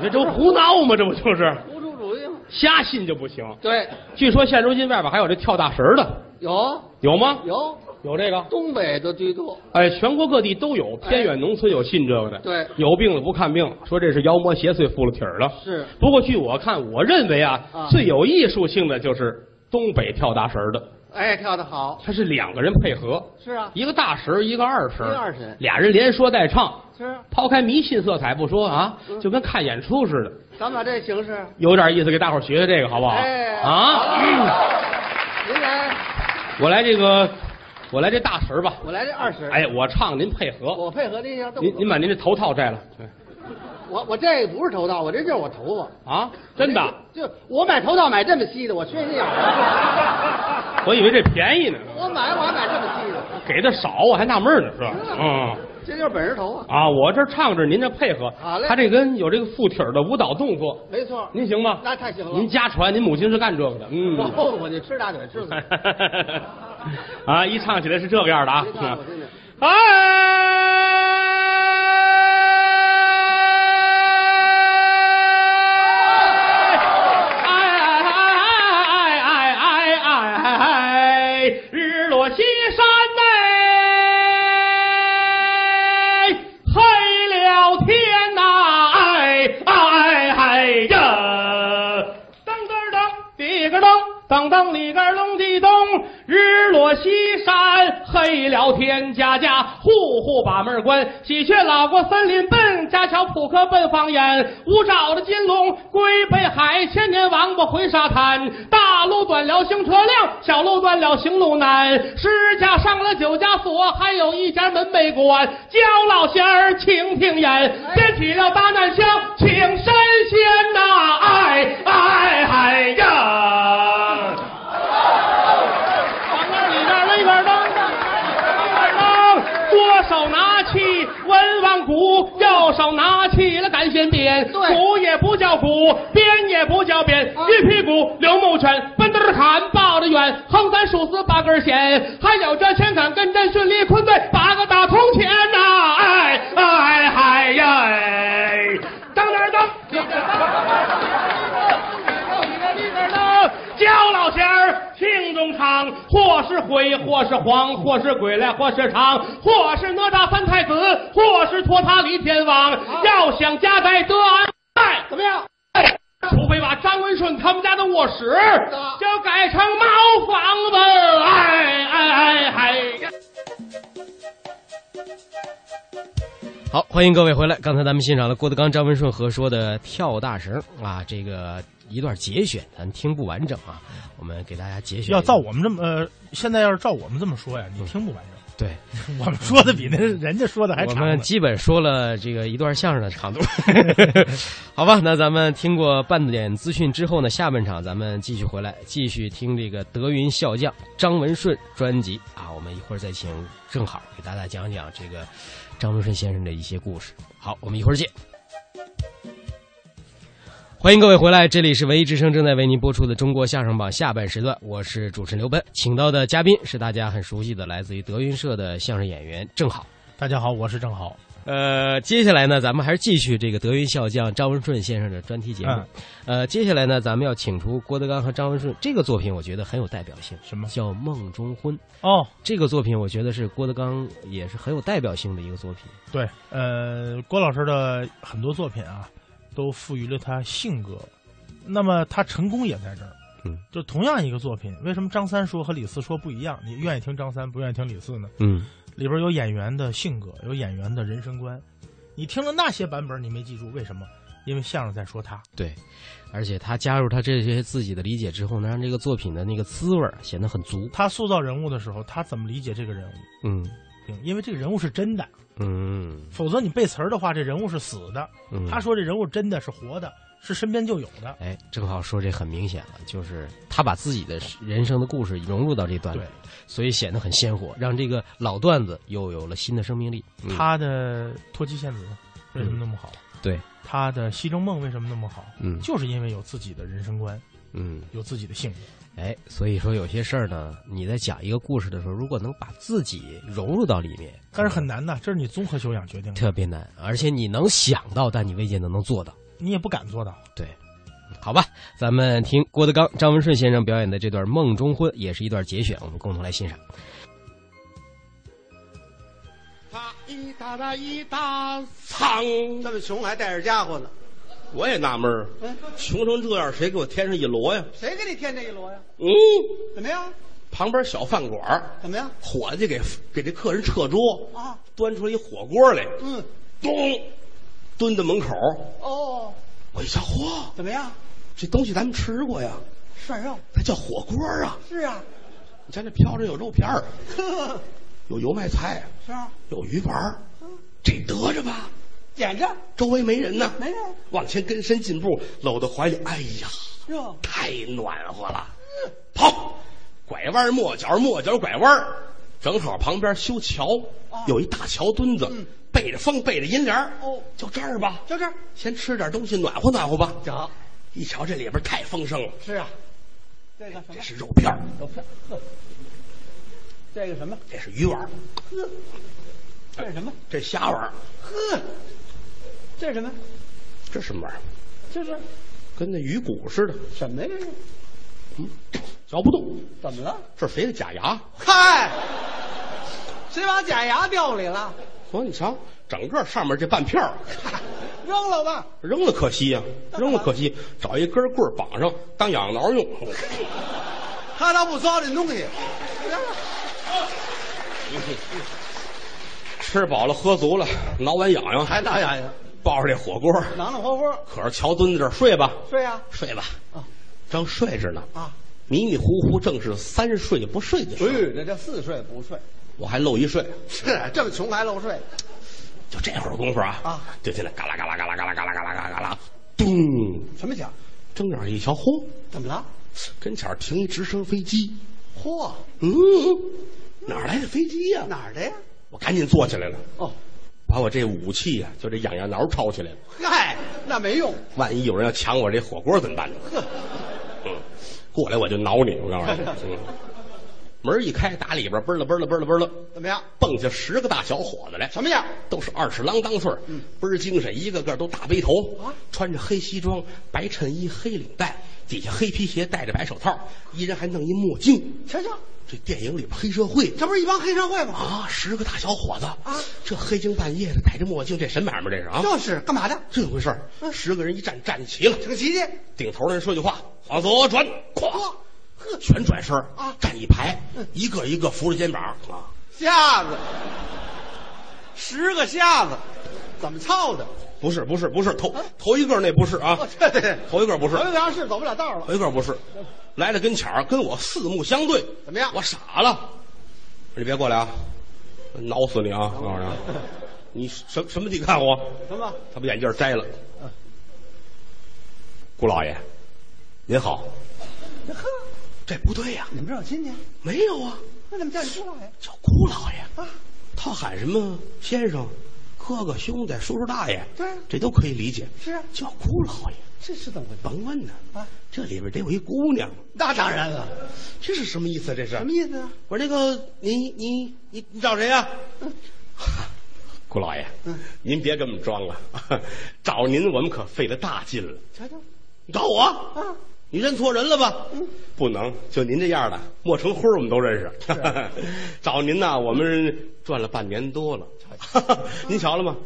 Speaker 2: 你这这不胡闹吗？这不就是
Speaker 6: 不出主意嘛。
Speaker 2: 瞎信就不行。
Speaker 6: 对，
Speaker 2: 据说现如今外边还有这跳大神儿的，
Speaker 6: 有
Speaker 2: 有吗？
Speaker 6: 有，
Speaker 2: 有这个？
Speaker 6: 东北的居多。
Speaker 2: 哎，全国各地都有，偏远农村有信这个的。
Speaker 6: 哎对
Speaker 2: 有病了不看病，说这是妖魔邪祟附了体儿了。
Speaker 6: 是
Speaker 2: 不过据我看，我认为啊，
Speaker 6: 啊
Speaker 2: 最有艺术性的就是东北跳大神儿的，
Speaker 6: 哎，跳得好。
Speaker 2: 他是两个人配合，
Speaker 6: 是啊，
Speaker 2: 一个大神儿，一个二神儿，
Speaker 6: 一个二神
Speaker 2: 俩人连说带唱。
Speaker 6: 是啊，
Speaker 2: 抛开迷信色彩不说啊
Speaker 6: 嗯，
Speaker 2: 就跟看演出似的，
Speaker 6: 咱把这形式，
Speaker 2: 有点意思，给大伙儿学学这个好不好？
Speaker 6: 哎，
Speaker 2: 啊，嗯
Speaker 6: 您来，
Speaker 2: 我来这个，我来这大神儿吧。
Speaker 6: 我来这二十，
Speaker 2: 哎，我唱您配合，
Speaker 6: 我配合您一下动
Speaker 2: 您
Speaker 6: 作。
Speaker 2: 您把您这头套摘了。对
Speaker 6: 我我这不是头套，我这就是我头发。
Speaker 2: 啊，真的，
Speaker 6: 就我买头套买这么稀的，我缺心眼儿。
Speaker 2: 我以为这便宜呢，
Speaker 6: 我买我还买这么稀的，
Speaker 2: 给的少，我还纳闷呢，是吧？嗯，
Speaker 6: 这就是本事头啊，
Speaker 2: 啊，我这唱着，您这配合，
Speaker 6: 好嘞
Speaker 2: 他这跟有这个附体儿的舞蹈动作，
Speaker 6: 没错。
Speaker 2: 您行吗？
Speaker 6: 那哦太行了
Speaker 2: 您家传，您母亲是干这个的，嗯。
Speaker 6: 我我就吃大腿吃死
Speaker 2: <laughs>
Speaker 6: 你。
Speaker 2: 啊，一唱起 <laughs> 来是这个样的啊
Speaker 6: 您。看我真的，
Speaker 2: 哎。日落西山哎，黑了天呐，哎哎哎呀！噔噔噔，滴个噔，当当里个隆地咚，日落西山，黑了天，家家户户把门关，喜鹊老过森林奔，家桥扑克奔方言，乌爪的金龙归北海，千年王八回沙滩，大路断了行车辆，小路断了行路难，十家上了九家锁，还有一家门没关，焦老仙儿，请听言，掀起了大难香，请神仙呐、哎哎哎呀！往那里边抡一杆当，左手拿起文王鼓，右手拿起了赶仙鞭，
Speaker 6: 对
Speaker 2: 鼓也不叫鼓，鞭也不叫鞭，
Speaker 6: 啊
Speaker 2: 一屁股刘木拳，奔嘚儿砍，抱得远，横三竖四八根弦，还有这千杆跟针顺利坤队八个大铜钱呐、哎哎哎呀哎，当当当。焦老仙儿听中唱，或是鬼，或是黄，或是鬼来，或是长，或是哪吒三太子，或是托塔李天王。要想家宅得安泰，
Speaker 6: 怎么样？
Speaker 2: 除非把张文顺他们家的卧室
Speaker 6: 啊
Speaker 2: 就改成茅房子。哎哎哎哎呀！
Speaker 3: 好，欢迎各位回来。刚才咱们欣赏了郭德纲、张文顺合说的《跳大绳》啊，这个一段节选，咱听不完整啊，我们给大家节选。
Speaker 4: 要照我们这么呃，现在要是照我们这么说呀，你听不完整。
Speaker 3: 对，
Speaker 4: 我们说的比那人家说的还
Speaker 3: 我
Speaker 4: 长呢。
Speaker 3: 们基本说了这个一段相声的长度，好吧？那咱们听过半点资讯之后呢，下半场咱们继续回来，继续听这个德云笑将张文顺专辑啊。我们一会儿再请正好给大家讲讲这个张文顺先生的一些故事。好，我们一会儿见。欢迎各位回来，这里是文艺之声正在为您播出的中国相声榜下半时段，我是主持人刘奔，请到的嘉宾是大家很熟悉的来自于德云社的相声演员郑好。
Speaker 4: <laughs> 大家好，我是郑好。
Speaker 3: 呃，接下来呢，咱们还是继续这个德云笑将张文顺先生的专题节目。
Speaker 4: 嗯
Speaker 3: 呃，接下来呢，咱们要请出郭德纲和张文顺这个作品，我觉得很有代表性，
Speaker 4: 什么
Speaker 3: 叫《梦中婚》。
Speaker 4: 哦，
Speaker 3: 这个作品，我觉得是郭德纲也是很有代表性的一个作品。
Speaker 4: 对，呃，郭老师的很多作品啊，都赋予了他性格。那么他成功也在这儿。
Speaker 3: 嗯，
Speaker 4: 就同样一个作品，为什么张三说和李四说不一样？你愿意听张三，不愿意听李四呢？
Speaker 3: 嗯，
Speaker 4: 里边有演员的性格，有演员的人生观。你听了那些版本，你没记住为什么？因为相声在说他。
Speaker 3: 对，而且他加入他这些自己的理解之后呢，让这个作品的那个滋味儿显得很足。
Speaker 4: 他塑造人物的时候，他怎么理解这个人物？
Speaker 3: 嗯
Speaker 4: 嗯因为这个人物是真的，
Speaker 3: 嗯
Speaker 4: 否则你背词儿的话，这人物是死的。
Speaker 3: 嗯，
Speaker 4: 他说这人物真的是活的，是身边就有的。
Speaker 3: 哎，正好说这很明显了，就是他把自己的人生的故事融入到这段里
Speaker 4: 对，
Speaker 3: 所以显得很鲜活，让这个老段子又有了新的生命力。嗯
Speaker 4: 他的脱妻献子为什么那么好？
Speaker 3: 对，
Speaker 4: 他的西征梦为什么那么好？
Speaker 3: 嗯
Speaker 4: 就是因为有自己的人生观，
Speaker 3: 嗯，
Speaker 4: 有自己的性格。
Speaker 3: 哎，所以说有些事儿呢，你在讲一个故事的时候，如果能把自己融入到里面，嗯
Speaker 4: 但是很难呐，这是你综合修养决定的，
Speaker 3: 特别难，而且你能想到，但你未见得能做到。
Speaker 4: 你也不敢做到。
Speaker 3: 对，好吧，咱们听郭德纲、张文顺先生表演的这段《梦中婚》，也是一段节选，我们共同来欣赏。
Speaker 6: 他
Speaker 2: 一哒哒一哒噌，
Speaker 6: 这么穷还带着家伙呢，嗯
Speaker 2: 我也纳闷儿，穷成这样，谁给我添上一摞呀？
Speaker 6: 谁给你添这一摞呀？
Speaker 2: 嗯，
Speaker 6: 怎么样？
Speaker 2: 旁边小饭馆儿
Speaker 6: 怎么样？
Speaker 2: 伙计给给这客人撤桌
Speaker 6: 啊，
Speaker 2: 端出一火锅来，
Speaker 6: 嗯，
Speaker 2: 咚，蹲在门口。
Speaker 6: 哦，
Speaker 2: 我一瞧，嚯，
Speaker 6: 怎么样？
Speaker 2: 这东西咱们吃过呀，
Speaker 6: 涮肉
Speaker 2: 它叫火锅啊！
Speaker 6: 是啊，
Speaker 2: 你看这飘着有肉片
Speaker 6: <laughs>
Speaker 2: 儿，
Speaker 6: 呵，
Speaker 2: 有油麦菜，
Speaker 6: 是啊，
Speaker 2: 有鱼丸儿，这得着吧？
Speaker 6: 捡着
Speaker 2: 周围没人呢，
Speaker 6: 没人，
Speaker 2: 往前跟身进步，搂到怀里，哎呀，
Speaker 6: 热，
Speaker 2: 太暖和了！跑，拐弯抹角，抹角拐弯儿，正好旁边修桥，
Speaker 6: 哦
Speaker 2: 有一大桥墩子，
Speaker 6: 嗯
Speaker 2: 背着风，背着阴凉儿
Speaker 6: 哦
Speaker 2: 就这儿吧，
Speaker 6: 就这儿
Speaker 2: 先吃点东西暖和暖和吧。
Speaker 6: 整。
Speaker 2: 一瞧这里边太丰盛了，
Speaker 6: 是啊，这个什
Speaker 2: 这
Speaker 6: 么
Speaker 2: 是肉片儿，
Speaker 6: 有片，呵这个什么，
Speaker 2: 这是鱼丸儿，
Speaker 6: 呵，这是什么，
Speaker 2: 这虾丸儿，
Speaker 6: 呵，这是什么，
Speaker 2: 这什么玩意儿？
Speaker 6: 这是
Speaker 2: 跟那鱼骨似的，嗯
Speaker 6: 什么呀？这是
Speaker 2: 嚼不动。
Speaker 6: 怎么了？
Speaker 2: 这是谁的假牙？
Speaker 6: 嗨，谁把假牙掉里了？
Speaker 2: 说你瞧，整个上面这半片
Speaker 6: <laughs>
Speaker 2: 儿
Speaker 6: 扔了吧，
Speaker 2: 扔了可惜呀、扔了可惜，找一根棍儿绑上当痒挠用。
Speaker 6: 他倒不糟践东西。
Speaker 2: 吃饱了喝足了，挠完痒痒还
Speaker 6: 挠痒痒，
Speaker 2: 抱着这火锅，
Speaker 6: 暖暖和和，
Speaker 2: 可是桥墩子这儿睡吧，
Speaker 6: 对呀、
Speaker 2: 睡吧
Speaker 6: 啊，
Speaker 2: 正睡着呢
Speaker 6: 啊，
Speaker 2: 迷迷糊糊，正是三睡不睡的时候，
Speaker 6: 这叫似睡不
Speaker 5: <laughs>
Speaker 6: 睡。
Speaker 2: 我还漏一睡，
Speaker 6: 是这么穷还漏睡，
Speaker 2: 就这会儿功夫啊，
Speaker 6: 啊，
Speaker 2: 就听见嘎啦嘎啦嘎啦嘎啦嘎啦嘎啦嘎啦嘎啦，咚！
Speaker 6: 什么响？
Speaker 2: 睁眼一瞧，嚯，
Speaker 6: 怎么了？
Speaker 2: 跟前儿停一直升飞机，
Speaker 6: 嚯，
Speaker 2: 嗯，哪儿来的飞机呀、
Speaker 6: 哪儿的呀？
Speaker 2: 我赶紧坐起来了，
Speaker 6: 哦，
Speaker 2: 把我这武器呀、就这痒痒挠抄起来了。
Speaker 6: 嗨，那没用。
Speaker 2: 万一有人要抢我这火锅怎么办呢？嗯，过来我就挠你，我告诉
Speaker 6: <laughs>
Speaker 2: 你。嗯，门一开，打里边嘣了嘣了嘣了嘣了，
Speaker 6: 怎么样？
Speaker 2: 蹦下十个大小伙子来，
Speaker 6: 什么样？
Speaker 2: 都是二十郎当岁儿倍儿精神，一个个都大背头
Speaker 6: 啊
Speaker 2: 穿着黑西装、白衬衣、黑领带，底下黑皮鞋，戴着白手套，一人还弄一墨镜。
Speaker 6: 瞧瞧，
Speaker 2: 这电影里边黑社会
Speaker 6: 这不是一帮黑社会吗？
Speaker 2: 啊，十个大小伙子
Speaker 6: 啊
Speaker 2: 这黑更半夜的戴着墨镜，这什么买卖？这是啊，
Speaker 6: 就是干嘛的？
Speaker 2: 这回事儿，十个人一站站齐了，
Speaker 6: 这个琪琪，
Speaker 2: 顶头那人说句话，往左转，咵，
Speaker 6: 呵，
Speaker 2: 全转身儿
Speaker 6: 啊
Speaker 2: 站一排，一个一个扶着肩膀啊，
Speaker 6: 瞎子，十个瞎子，怎么操的？
Speaker 2: 不是不是不是，头头一个那不是啊
Speaker 6: 哦，对对对，
Speaker 2: 头一个不是，
Speaker 6: 有点是走不了道
Speaker 2: 头
Speaker 6: 了。
Speaker 2: 一个不是，来了跟前儿跟我四目相对，
Speaker 6: 怎么样
Speaker 2: 我傻了，你别过来啊，挠死你啊！告诉你
Speaker 6: <laughs>
Speaker 2: 啊，你什什么地看我？
Speaker 6: 什么？嗯
Speaker 2: 他把眼镜摘了。顾老爷，您好，
Speaker 6: 呵，
Speaker 2: 这不对呀、
Speaker 6: 你们这有亲戚？
Speaker 2: 没有啊，
Speaker 6: 那怎么叫你出来？
Speaker 2: 叫顾老爷。
Speaker 6: 啊，
Speaker 2: 他喊什么先生、哥哥、兄弟、叔叔、大爷，
Speaker 6: 对啊
Speaker 2: 这都可以理解。
Speaker 6: 是啊
Speaker 2: 叫姑老爷，
Speaker 6: 这是怎么回事？
Speaker 2: 甭问呢。
Speaker 6: 啊，
Speaker 2: 这里边得有一姑娘，
Speaker 6: 那当然了，
Speaker 2: 这是什么意思？这是
Speaker 6: 什么意思啊？
Speaker 2: 我说那个，你你你你找谁
Speaker 6: <laughs>
Speaker 2: 呀、顾老爷，
Speaker 6: 嗯
Speaker 2: 您别这么装了， <laughs> 找您我们可费了大劲了。
Speaker 6: 瞧瞧，
Speaker 2: 你找我？
Speaker 6: 啊，
Speaker 2: 你认错人了吧？不能，就您这样的，莫成辉儿我们都认识。 <laughs> 找您呐，我们转了半年多了，您瞧了吗？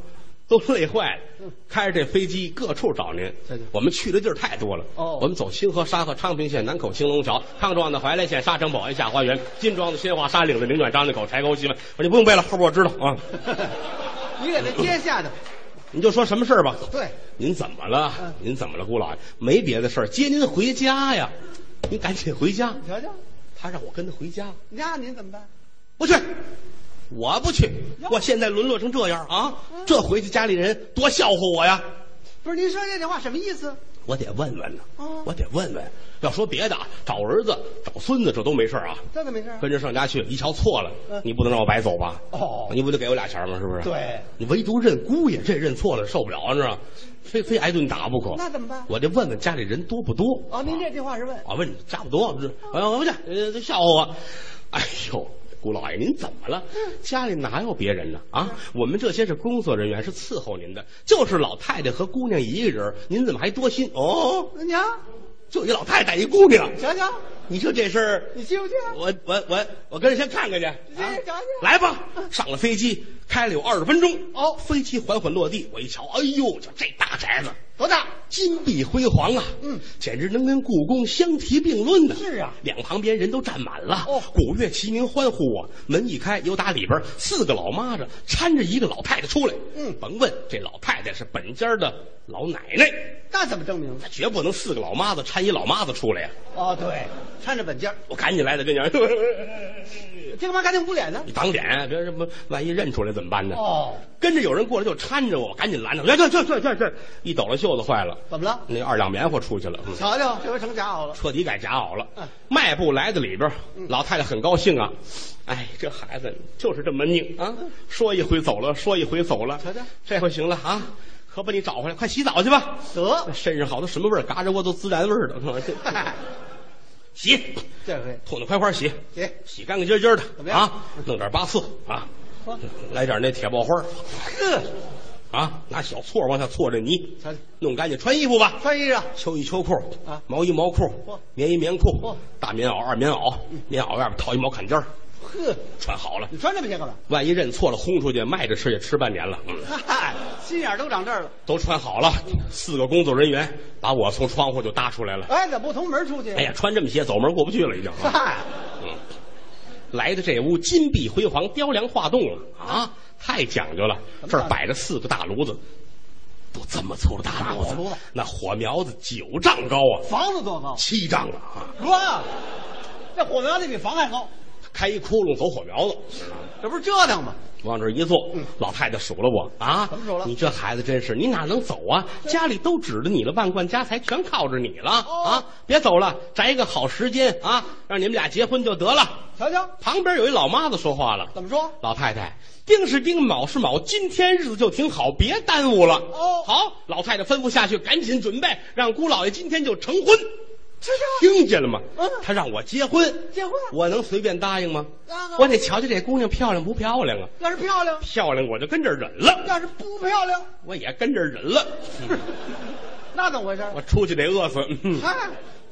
Speaker 2: 都累坏了，开着这飞机各处找您
Speaker 6: 对对。
Speaker 2: 我们去的地儿太多了。
Speaker 6: 哦
Speaker 2: 我们走清河、沙河、昌平县、南口、青龙桥、康庄的怀来县、沙城、宝安、下花园、金庄的新华、沙岭的宁远、张家口、柴沟、西门。我说你不用背了，后边我知道啊。
Speaker 6: 你给他接下头，
Speaker 2: 您就说什么事儿吧。
Speaker 5: 对，嗯
Speaker 2: 您怎么了？您怎么了，姑老爷？没别的事儿，接您回家呀。您赶紧回家。
Speaker 5: 你瞧瞧，
Speaker 2: 他让我跟他回家，
Speaker 5: 那您怎么办？
Speaker 2: 不去，我不去。我现在沦落成这样啊，
Speaker 5: 嗯
Speaker 2: 这回去家里人多笑话我呀。
Speaker 5: 不是您说这句话什么意思？
Speaker 2: 我得问问呢
Speaker 5: 哦，
Speaker 2: 我得问问。要说别的啊，找儿子、找孙子这都没事儿啊。
Speaker 5: 这怎么回事儿？
Speaker 2: 跟着上家去，一瞧错了，
Speaker 5: 嗯
Speaker 2: 你不能让我白走吧？
Speaker 5: 哦
Speaker 2: 你不得给我俩钱吗？是不是？
Speaker 5: 对，
Speaker 2: 你唯独认姑爷这认错了，受不了，你知道吗？非非挨顿打不可。
Speaker 5: 那怎么办
Speaker 2: 我得问问家里人多不多。
Speaker 5: 哦，您这句话是问
Speaker 2: 我问你差不多，这哎呀，不去，呃，这笑话我。哎呦，姑老爷您怎么了？家里哪有别人呢？啊，我们这些是工作人员，是伺候您的，就是老太太和姑娘一个人，您怎么还多心？哦，
Speaker 5: 你瞧，
Speaker 2: 就一老太太一姑娘，
Speaker 5: 瞧瞧，
Speaker 2: 你说这事儿，
Speaker 5: 你信不啊信？
Speaker 2: 我我我我跟着先看看去。啊
Speaker 5: 你瞧瞧，
Speaker 2: 来吧，上了飞机，开了有二十分钟。
Speaker 5: 哦
Speaker 2: 飞机缓缓落地，我一瞧，哎呦，就这大宅子，
Speaker 5: 多大？
Speaker 2: 金碧辉煌啊！
Speaker 5: 嗯，
Speaker 2: 简直能跟故宫相提并论呢。
Speaker 5: 是啊
Speaker 2: 两旁边人都站满了。
Speaker 5: 哦
Speaker 2: 鼓乐齐鸣，欢呼我。门一开，又打里边四个老妈子搀着一个老太太出来。
Speaker 5: 嗯
Speaker 2: 甭问，这老太太是本家的老奶奶，
Speaker 5: 那怎么证明？
Speaker 2: 她绝不能四个老妈子搀一老妈子出来呀、啊
Speaker 5: 哦，对，穿着本件儿，
Speaker 2: 我赶紧来的跟前，
Speaker 5: 这干嘛赶紧捂脸呢
Speaker 2: 你？挡脸，别什么，万一认出来怎么办呢？
Speaker 5: 哦，
Speaker 2: 跟着有人过来就搀着我，我赶紧拦着，来，这这这这这，一抖了袖子坏了，
Speaker 5: 怎么了？
Speaker 2: 那二两棉花出去了，嗯
Speaker 5: 瞧瞧，这回成假好了。
Speaker 2: 彻底改夹袄了
Speaker 5: 嗯，
Speaker 2: 迈步来到里边，老太太很高兴啊，哎，这孩子就是这么拧啊，说一回走了，说一回走了
Speaker 5: 瞧瞧，
Speaker 2: 这回行了啊，可把你找回来，快洗澡去吧，
Speaker 5: 得，
Speaker 2: 身上好多什么味儿，嘎着窝都孜然味儿的， <laughs> 洗，
Speaker 5: 这回
Speaker 2: 痛痛快快洗，
Speaker 5: 行，
Speaker 2: 洗干干净净的，
Speaker 5: 怎么样
Speaker 2: 啊？弄点八四啊
Speaker 5: 嚯，
Speaker 2: 来点那铁爆花儿
Speaker 5: 呵，
Speaker 2: 啊，拿小锉往下锉这泥
Speaker 5: 瞧瞧，
Speaker 2: 弄干净，穿衣服吧。
Speaker 5: 穿衣裳，
Speaker 2: 秋衣秋裤
Speaker 5: 啊
Speaker 2: 毛衣毛裤
Speaker 5: 嚯，
Speaker 2: 棉衣棉裤
Speaker 5: 嚯，嗯
Speaker 2: 大棉袄二棉袄，棉袄外边套一毛坎肩儿
Speaker 5: 呵，
Speaker 2: 穿好了。
Speaker 5: 你穿这么些干嘛？
Speaker 2: 万一认错了，轰出去卖着吃也吃半年了。嗯，
Speaker 5: 嗨，心眼儿都长这儿了。
Speaker 2: 都穿好了，四个工作人员把我从窗户就搭出来了。
Speaker 5: 哎，怎么不从门出去？
Speaker 2: 哎呀，穿这么些走门过不去了，已经。
Speaker 5: 嗨，
Speaker 2: 嗯，来的这屋金碧辉煌，雕梁画栋啊，啊，太讲究了。
Speaker 5: 怎么讲究
Speaker 2: 这儿摆着四个大炉子，都这么粗的大
Speaker 5: 大
Speaker 2: 炉
Speaker 5: 火炉
Speaker 2: 子
Speaker 5: 子，
Speaker 2: 那火苗子九丈高啊，
Speaker 5: 房子多高？
Speaker 2: 七丈了啊，
Speaker 5: 哥，那火苗子比房还高，
Speaker 2: 开一窟窿走火苗子，
Speaker 5: 这不是折腾吗？
Speaker 2: 往这儿一坐，老太太数了我啊，
Speaker 5: 嗯怎么数了
Speaker 2: 你这孩子真是，你哪能走啊？家里都指着你了，万贯家财全靠着你了
Speaker 5: 哦
Speaker 2: 啊！别走了，摘一个好时间啊，让你们俩结婚就得了。
Speaker 5: 瞧瞧，
Speaker 2: 旁边有一老妈子说话了，
Speaker 5: 怎么说？
Speaker 2: 老太太，丁是丁，卯是卯，今天日子就挺好，别耽误了。
Speaker 5: 哦
Speaker 2: 好，老太太吩咐下去，赶紧准备，让姑老爷今天就成婚。
Speaker 5: 这这
Speaker 2: 听见了吗？
Speaker 5: 嗯
Speaker 2: 他让我结婚，
Speaker 5: 结婚啊
Speaker 2: 我能随便答应吗
Speaker 5: 当？然
Speaker 2: 我得瞧瞧这姑娘漂亮不漂亮啊！
Speaker 5: 要是漂亮，
Speaker 2: 漂亮我就跟这儿忍了，
Speaker 5: 要是不漂亮，
Speaker 2: 我也跟这儿
Speaker 5: <laughs>
Speaker 2: 忍了。嗯
Speaker 5: 那怎么回事？
Speaker 2: 我出去得饿死。嗯
Speaker 5: 嗨，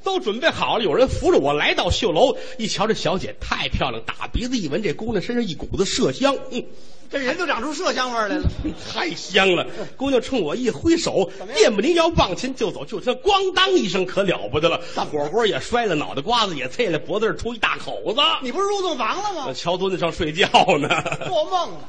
Speaker 2: 都准备好了，有人扶着我来到绣楼，一瞧这小姐太漂亮，打鼻子一闻，这姑娘身上一股子麝香。嗯
Speaker 5: 这人都长出麝香味儿来了。
Speaker 2: <laughs> 太香了！姑娘冲我一挥手
Speaker 5: 怎么，样
Speaker 2: 电不灵腰往前就走，就听咣当一声，可了不得了，火锅也摔了，脑袋瓜子也碎了，脖子上出一大口子。
Speaker 5: 你不是入洞房了
Speaker 2: 我
Speaker 5: 吗？
Speaker 2: 桥墩子上睡觉呢。
Speaker 5: 做梦了。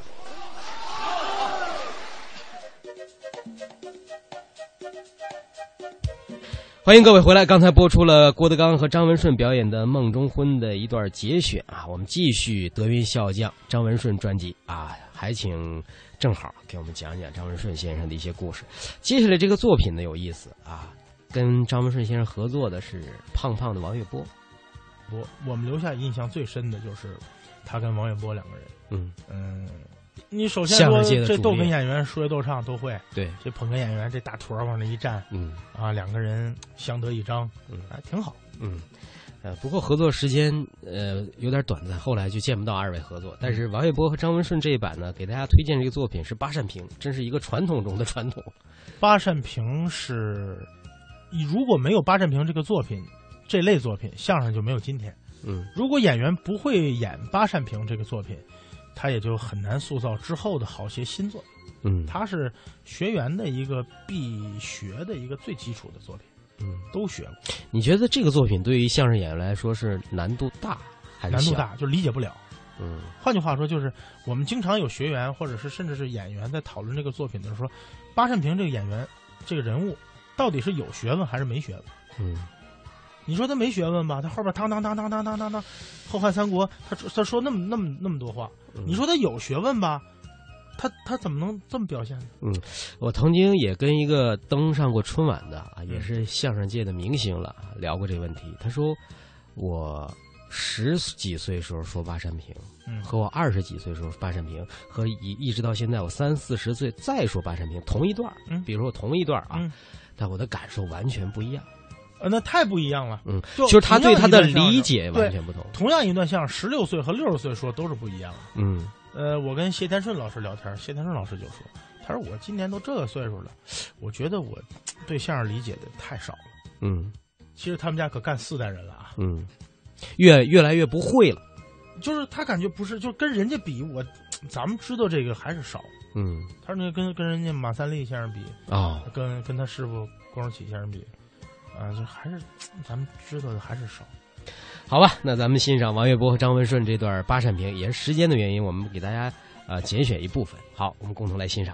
Speaker 3: 欢迎各位回来。刚才播出了郭德纲和张文顺表演的《梦中婚》的一段节选啊，我们继续德云笑匠张文顺专辑啊，还请正好给我们讲讲张文顺先生的一些故事。接下来这个作品呢有意思啊，跟张文顺先生合作的是胖胖的王月波，
Speaker 4: 我我们留下印象最深的就是他跟王月波两个人。
Speaker 3: 嗯，
Speaker 4: 嗯，你首先
Speaker 3: 相
Speaker 4: 说
Speaker 3: 声界的
Speaker 4: 这
Speaker 3: 主
Speaker 4: 逗
Speaker 3: 力
Speaker 4: 哏演员说逗唱都会，
Speaker 3: 对，
Speaker 4: 这捧哏演员这大坨儿往那一站
Speaker 3: 嗯
Speaker 4: 啊，两个人相得益彰，啊，挺好。
Speaker 3: 嗯。呃，不过合作时间呃有点短暂，后来就见不到二位合作。但是王月波和张文顺这一版呢，给大家推荐这个作品是八扇屏，真是一个传统中的传统。
Speaker 4: 八扇屏是，如果没有八扇屏这个作品，这类作品相声就没有今天。
Speaker 3: 嗯，
Speaker 4: 如果演员不会演八扇屏这个作品，他也就很难塑造之后的好些新作。
Speaker 3: 嗯
Speaker 4: 它是学员的一个必学的一个最基础的作品，
Speaker 3: 嗯，
Speaker 4: 都学过，
Speaker 3: 你觉得这个作品对于相声演员来说是难度大还是
Speaker 4: 难度
Speaker 3: 小？
Speaker 4: 大就理解不了。
Speaker 3: 嗯
Speaker 4: 换句话说，就是我们经常有学员或者是甚至是演员在讨论这个作品的时候，八扇屏这个演员这个人物到底是有学问还是没学问？
Speaker 3: 嗯
Speaker 4: 你说他没学问吧？他后边当当当当当当当当，后汉三国，他说他说那么那么那么多话。
Speaker 3: 嗯
Speaker 4: 你说他有学问吧？他他怎么能这么表现呢？
Speaker 3: 嗯，我曾经也跟一个登上过春晚的啊，
Speaker 4: 嗯
Speaker 3: 也是相声界的明星了，啊聊过这问题。他说，我十几岁时候说八扇屏，
Speaker 4: 嗯
Speaker 3: 和我二十几岁时候八扇屏，和一一直到现在我三四十岁再说八扇屏，同一段儿
Speaker 4: 嗯
Speaker 3: 比如说我同一段儿啊，
Speaker 4: 嗯
Speaker 3: 但我的感受完全不一样。
Speaker 4: 呃，那太不一样了。
Speaker 3: 嗯，
Speaker 4: 就
Speaker 3: 就是他对他的
Speaker 4: 同样一段相声
Speaker 3: 理解完全不同。
Speaker 4: 同样一段相声，十六岁和六十岁说都是不一样的。
Speaker 3: 嗯
Speaker 4: 呃，我跟谢天顺老师聊天，谢天顺老师就说，他说我今年都这个岁数了，我觉得我对相声理解的太少了。
Speaker 3: 嗯
Speaker 4: 其实他们家可干四代人了啊，
Speaker 3: 嗯，越越来越不会了。
Speaker 4: 就是他感觉不是，就跟人家比，我咱们知道这个还是少。
Speaker 3: 嗯
Speaker 4: 他说那跟跟人家马三立先生比，
Speaker 3: 啊、哦，
Speaker 4: 跟跟他师傅光荣启先生比，啊，就还是咱们知道的还是少。
Speaker 3: 好吧，那咱们欣赏王月波和张文顺这段八扇屏，也是时间的原因，我们给大家呃节选一部分。好，我们共同来欣赏。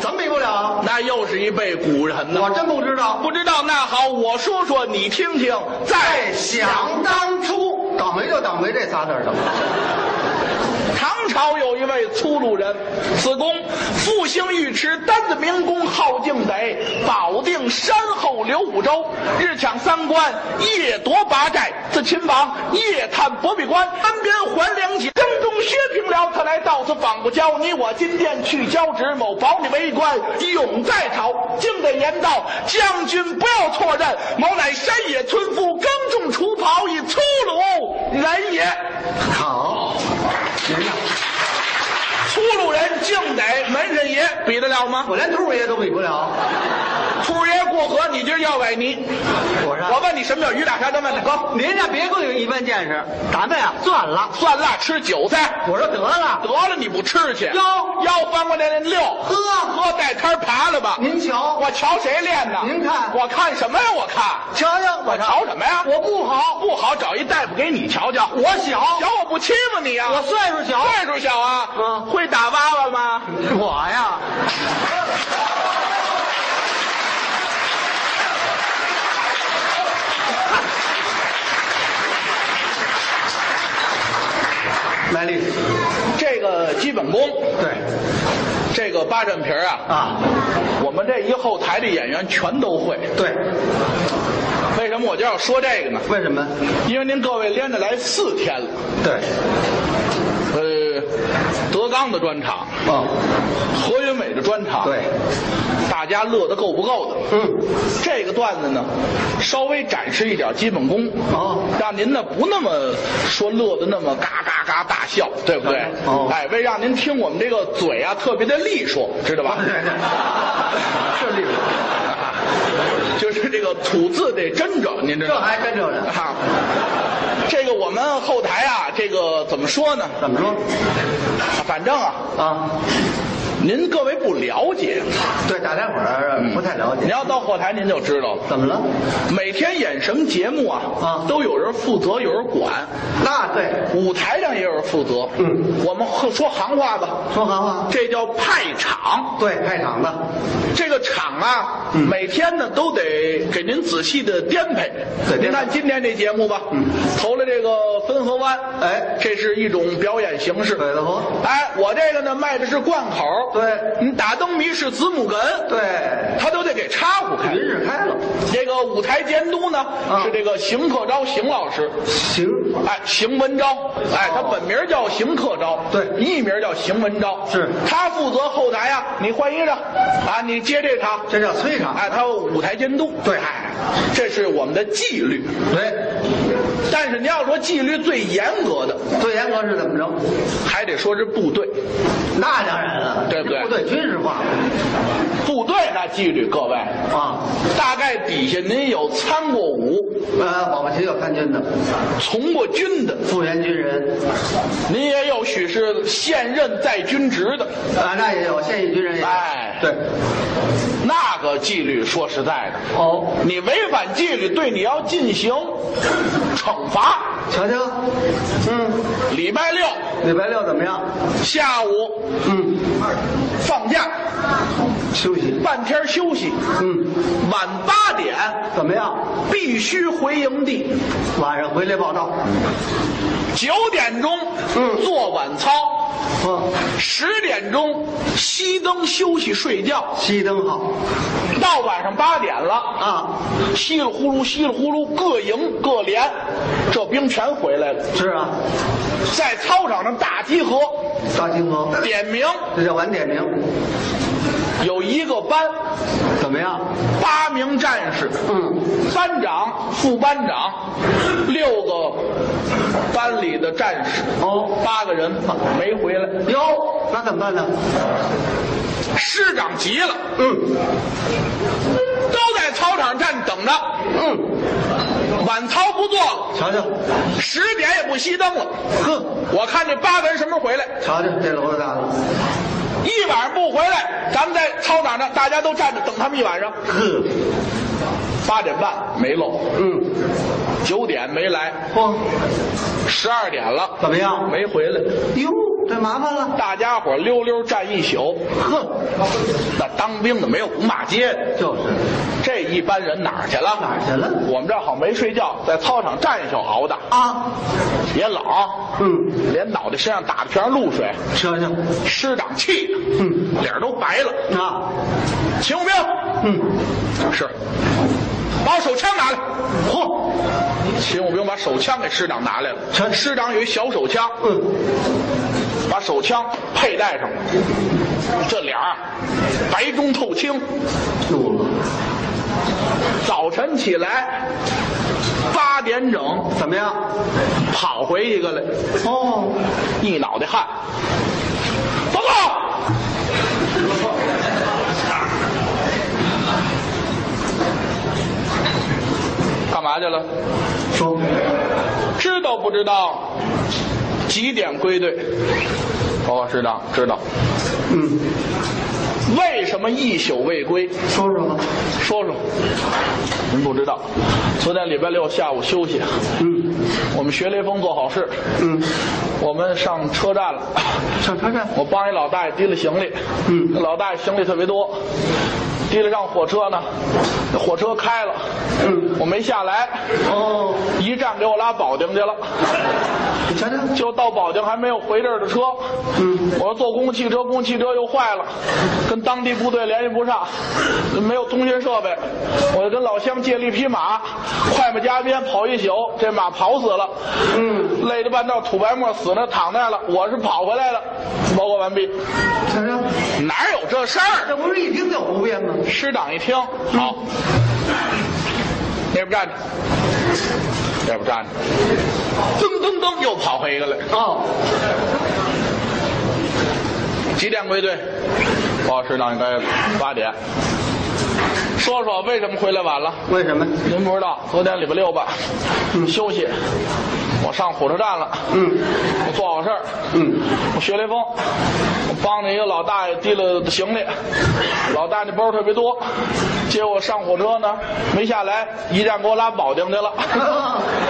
Speaker 6: 怎么比不了？
Speaker 7: <laughs> 那又是一辈古人呢。
Speaker 6: 我真不知道。
Speaker 7: 不知道，那好，我说说你听听。
Speaker 6: 再想当初，倒霉就倒霉这仨字儿怎么了？
Speaker 7: 唐朝有一位粗鲁人，子贡，复兴尉迟，单子明公，号敬北，保定山后刘五州，日抢三关，夜夺八寨，自秦王，夜探薄壁关，安边还两起，征中薛平辽，他来到此访不交，你我今殿去交趾，某保你为官，永在朝。敬北言道：将军不要错认，某乃山野村夫，耕种除庖，以粗鲁人也。
Speaker 6: 好，您呢？
Speaker 7: 粗鲁人敬得门神爷比得了吗？
Speaker 6: 我连兔儿爷都比不了。
Speaker 7: 兔爷过河，你今儿要崴泥。
Speaker 6: 我说
Speaker 7: 我问你什么叫鱼大虾干饭的？哥，
Speaker 6: 您这别跟我一般见识，咱们呀算了。
Speaker 7: 蒜辣吃韭菜，
Speaker 6: 我说得了，
Speaker 7: 得了，你不吃去。
Speaker 6: 哟
Speaker 7: 腰翻过来那溜，
Speaker 6: 呵
Speaker 7: 喝带摊儿爬了吧？
Speaker 6: 您瞧，
Speaker 7: 我瞧谁练的？
Speaker 6: 您看
Speaker 7: 我看什么呀？我看。
Speaker 6: 瞧瞧，
Speaker 7: 我瞧什么呀？
Speaker 6: 我不好，
Speaker 7: 不好，找一大夫给你瞧瞧。
Speaker 6: 我小，
Speaker 7: 瞧我不欺负你呀、
Speaker 6: 我岁数小，
Speaker 7: 岁数小啊，
Speaker 6: 嗯
Speaker 7: 会打娃娃吗？
Speaker 6: 我呀，来例子，
Speaker 7: 这个基本功，
Speaker 6: 对
Speaker 7: 这个八扇皮儿啊，
Speaker 6: 啊，
Speaker 7: 我们这一后台的演员全都会。
Speaker 6: 对，
Speaker 7: 为什么我就要说这个呢？
Speaker 6: 为什么？
Speaker 7: 因为您各位连着来四天了，
Speaker 6: 对，
Speaker 7: 呃，德纲的专场，
Speaker 6: 哦，
Speaker 7: 何云伟的专场，
Speaker 6: 对，
Speaker 7: 大家乐得够不够的？
Speaker 6: 嗯，
Speaker 7: 这个段子呢，稍微展示一点基本功，
Speaker 6: 哦
Speaker 7: 让您呢不那么说乐的那么嘎嘎嘎大笑，对不对？
Speaker 6: 哦
Speaker 7: 哎，为让您听我们这个嘴啊特别的利索，知道吧？
Speaker 6: 对对，是例子，
Speaker 7: <laughs> 就是这个吐字得真着，您知道
Speaker 6: 这
Speaker 7: 吗？
Speaker 6: 还真有人。
Speaker 7: 啊，这个我们后台啊，这个怎么说呢？
Speaker 6: 怎么说
Speaker 7: 反正啊，
Speaker 6: 啊？
Speaker 7: 您各位不了解，
Speaker 6: 对，大家伙儿嗯不太了
Speaker 7: 您
Speaker 6: 解，
Speaker 7: 要到后台您就知道了。
Speaker 6: 怎么了？
Speaker 7: 每天演什么节目啊？
Speaker 6: 啊
Speaker 7: 都有人负责，有人管。
Speaker 6: 那对，
Speaker 7: 舞台上也有人负责。嗯，我们说行话吧，
Speaker 6: 说行话，
Speaker 7: 这叫派场。
Speaker 6: 对，派场的，嗯
Speaker 7: 这个场啊，每天呢都得给您仔细的颠沛。
Speaker 6: 对
Speaker 7: 您
Speaker 6: 颠沛
Speaker 7: 看今天这节目吧，嗯，投了这个汾河湾，
Speaker 6: 哎
Speaker 7: 这是一种表演形式。
Speaker 6: 对了不？
Speaker 7: 哎，我这个呢卖的是贯口，
Speaker 6: 对
Speaker 7: 你打灯谜是子母哏，
Speaker 6: 对，
Speaker 7: 他都得给插呼开
Speaker 6: 林。日开了，
Speaker 7: 这个舞台监督呢、
Speaker 6: 啊
Speaker 7: 是这个邢克昭邢老师，
Speaker 6: 行，
Speaker 7: 哎，邢文昭，哎，他本名叫邢克昭，
Speaker 6: 哦对
Speaker 7: 艺名叫邢文昭，
Speaker 6: 是
Speaker 7: 他负责后台啊，你换衣裳，啊，你接这场，
Speaker 6: 这叫催场，
Speaker 7: 哎，他有舞台监督，
Speaker 6: 对
Speaker 7: 哎，这是我们的纪律，
Speaker 6: 对，
Speaker 7: 但是你要说纪律最严格的，
Speaker 6: 最严格是怎么着？
Speaker 7: 还还得说是部队，
Speaker 6: 那当然了，
Speaker 7: 对不对
Speaker 6: 部队军事化
Speaker 7: 部队那纪律，各位，
Speaker 6: 啊，
Speaker 7: 大概底下您有参过伍、
Speaker 6: 呃，保不齐有参军的，
Speaker 7: 从过军的，
Speaker 6: 复员军人，
Speaker 7: 您也有许是现任在军职的，
Speaker 6: 啊，那也有现役军人也有，
Speaker 7: 哎
Speaker 6: 对，
Speaker 7: 那个纪律说实在的，
Speaker 6: 哦，
Speaker 7: 你违反纪律对你要进行 <coughs> 惩罚。
Speaker 6: 瞧瞧，嗯，
Speaker 7: 礼拜六
Speaker 6: 礼拜六怎么样？
Speaker 7: 下午
Speaker 6: 嗯，
Speaker 7: 放假，
Speaker 6: 休息，
Speaker 7: 半天休息，
Speaker 6: 嗯，
Speaker 7: 晚八点
Speaker 6: 怎么样？
Speaker 7: 必须回营地，
Speaker 6: 晚上回来报道，
Speaker 7: 九点钟做晚操，
Speaker 6: 嗯，
Speaker 7: 十点钟熄灯休息睡觉，
Speaker 6: 熄灯好
Speaker 7: 到晚上八点了，
Speaker 6: 啊，
Speaker 7: 稀里呼噜稀里呼噜，各营各连，这兵全回来了，
Speaker 6: 是啊，
Speaker 7: 在操场上大集合，
Speaker 6: 大清河，
Speaker 7: 点名，
Speaker 6: 这叫晚点名，
Speaker 7: 有一个班
Speaker 6: 怎么样？
Speaker 7: 八名战士，
Speaker 6: 嗯，
Speaker 7: 班长、副班长，六个班里的战士，
Speaker 6: 哦
Speaker 7: 八个人没回来。
Speaker 6: 哟，那怎么办呢？
Speaker 7: 师长急了，嗯，都在操场站等着，嗯，晚操不做了，
Speaker 6: 瞧瞧，
Speaker 7: 十点也不熄灯了。
Speaker 6: 呵，
Speaker 7: 我看这八个人什么时候回来，
Speaker 6: 瞧瞧这楼子大了，
Speaker 7: 一晚上不回来，咱们在操场上大家都站着等他们一晚上。
Speaker 6: 呵，
Speaker 7: 八点半没漏，
Speaker 6: 嗯，
Speaker 7: 九点没来，
Speaker 6: 嚯，
Speaker 7: 十二点了
Speaker 6: 怎么样？
Speaker 7: 没回来。
Speaker 6: 哟，这麻烦了，
Speaker 7: 大家伙溜溜站一宿，
Speaker 6: 呵，
Speaker 7: 那当兵的没有不骂街的，
Speaker 6: 就是
Speaker 7: 这一般人哪儿去了？
Speaker 6: 哪儿去了？
Speaker 7: 我们这儿好没睡觉，在操场站一宿熬的，
Speaker 6: 啊，
Speaker 7: 也老，
Speaker 6: 嗯，
Speaker 7: 连脑袋身上打的全是露水，
Speaker 6: 瞧瞧，
Speaker 7: 师长气的，
Speaker 6: 嗯，
Speaker 7: 脸儿都白了。
Speaker 6: 啊，
Speaker 7: 秦武兵，
Speaker 6: 嗯，
Speaker 7: 是，把我手枪拿来。嚯，秦武兵把手枪给师长拿来了，
Speaker 6: 全
Speaker 7: 师长有一小手枪，
Speaker 6: 嗯，
Speaker 7: 把手枪佩戴上了，这脸儿啊白中透青。
Speaker 6: 住了，
Speaker 7: 早晨起来八点整
Speaker 6: 怎么样？
Speaker 7: 跑回一个来，
Speaker 6: 哦，
Speaker 7: 一脑袋汗。报告，干嘛去了？
Speaker 6: 说，
Speaker 7: 知道不知道？几点归队？哦，师长知道。
Speaker 6: 嗯，
Speaker 7: 为什么一宿未归？
Speaker 6: 说说吧，
Speaker 7: 说说。您不知道，昨天礼拜六下午休息，
Speaker 6: 嗯
Speaker 7: 我们学雷锋做好事，
Speaker 6: 嗯，
Speaker 7: 我们上车站了。
Speaker 6: 上车站，
Speaker 7: 我帮一老大爷提了行李，
Speaker 6: 嗯
Speaker 7: 那老大爷行李特别多，提了上火车呢，火车开了，
Speaker 6: 嗯，
Speaker 7: 我没下来，
Speaker 6: 哦，
Speaker 7: 一站给我拉保定去了，
Speaker 6: 你瞧瞧，
Speaker 7: 就到保定还没有回地儿的车，
Speaker 6: 嗯，
Speaker 7: 我坐公共汽车，公共汽车又坏了，跟当地部队联系不上，没有通讯设备，我就跟老乡借了一匹马，快马加鞭跑一宿，这马跑死了，嗯，累得半道吐白沫，死那躺那儿了，我是跑回来的，报告完毕。
Speaker 6: 瞧瞧，
Speaker 7: 哪有这事儿？
Speaker 6: 这不是一听就胡编吗？嗯
Speaker 7: 师长一听，好，那边站着，那边站着，噔噔噔，又跑回一个来。
Speaker 6: 哦，
Speaker 7: 几点归队？报告师长应该八点。说说为什么回来晚了？
Speaker 6: 为什么？ <laughs>
Speaker 7: 您不知道，昨天礼拜六吧，嗯，休息，我上火车站了，
Speaker 6: 嗯，
Speaker 7: 我做好事儿，
Speaker 6: 嗯，
Speaker 7: 我学雷锋，我帮着一个老大爷提了行李，老大爷那包特别多，结果上火车呢没下来，一站给我拉保定去了。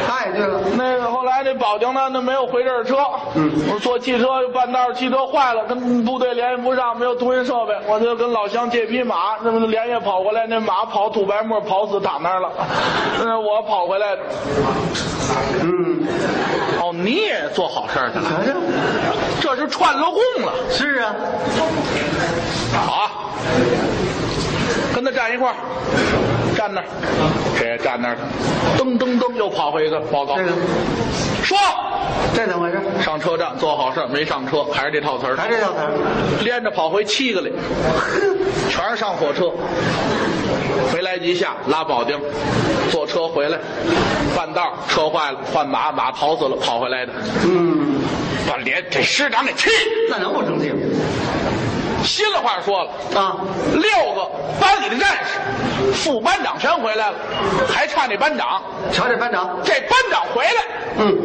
Speaker 6: 太对了，
Speaker 7: 那个后来那保定呢，那没有回这儿车，
Speaker 6: 嗯
Speaker 7: 我坐汽车半道儿汽车坏了，跟部队联系不上，没有通讯设备，我就跟老乡借匹马，那么连夜跑过来，那马跑吐白沫，跑死躺那儿了，那我跑回来的。
Speaker 6: 嗯，
Speaker 7: 哦，你也做好事儿去了，
Speaker 6: 瞧瞧，
Speaker 7: 这是串了供了，
Speaker 6: 是啊，
Speaker 7: 好啊，跟他站一块儿，站那儿，谁也站那儿，噔噔噔又跑回一个报告
Speaker 6: 这，个，
Speaker 7: 说
Speaker 6: 这怎么回事？
Speaker 7: 上车站做好事儿没上车，还是这套词儿。
Speaker 6: 还这叫词儿？
Speaker 7: 连着跑回七个
Speaker 6: <laughs>
Speaker 7: 里，全是上火车，没来及下拉保定，坐车回来，半道儿车坏了，换马，马跑死了，跑回来的。
Speaker 6: 嗯，
Speaker 7: 把连这师长给气的。
Speaker 6: 那能不生气吗？
Speaker 7: 新的话说了，
Speaker 6: 啊，
Speaker 7: 六个班里的战士，副班长全回来了，还差那班长。
Speaker 6: 瞧这班长，
Speaker 7: 这班长回来，
Speaker 6: 嗯，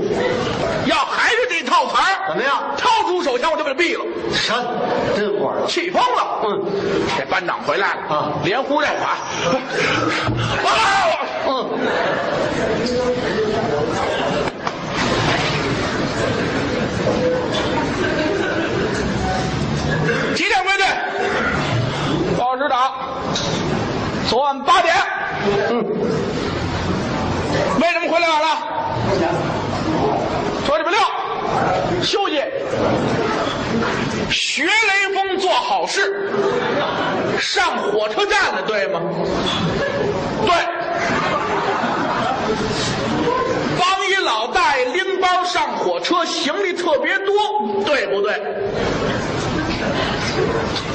Speaker 7: 要还是这套词儿，
Speaker 6: 怎么样
Speaker 7: 掏出手枪我就给毙了，
Speaker 6: 神，真火啊了。
Speaker 7: 气疯了。
Speaker 6: 嗯，
Speaker 7: 这班长回来了
Speaker 6: 啊
Speaker 7: 连呼带喊，啊！
Speaker 6: 嗯，
Speaker 7: 几点归队？报告师长，昨晚八点。嗯。为什么回来晚了？说你们六休息。学雷锋做好事，上火车站了，对吗？对。帮一老大爷拎包上火车，行李特别多，对不对？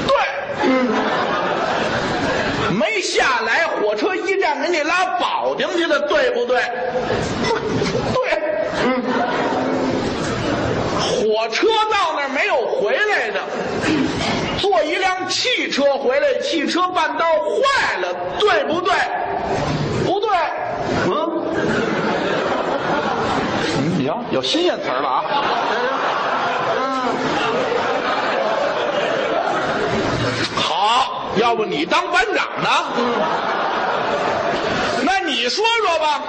Speaker 7: 对，嗯没下来，火车一站给你拉保定去了，对不对？对，嗯，火车到那儿没有回来的，坐一辆汽车回来，汽车半道坏了，对不对？不对，嗯，你瞧，有新鲜词儿了啊！好，要不你当班长呢？那你说说吧，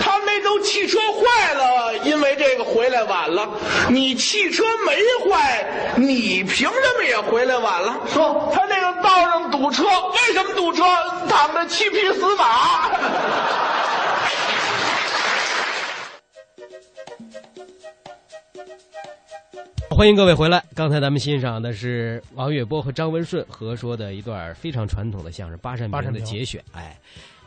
Speaker 7: 他那都汽车坏了，因为这个回来晚了。你汽车没坏，你凭什么也回来晚了？
Speaker 6: 说
Speaker 7: 他那个道上堵车，为什么堵车？躺着七匹死马。
Speaker 3: 欢迎各位回来。刚才咱们欣赏的是王月波和张文顺合说的一段非常传统的相声《八扇屏
Speaker 4: 八》扇
Speaker 3: 的
Speaker 4: 屏
Speaker 3: 节选。哎，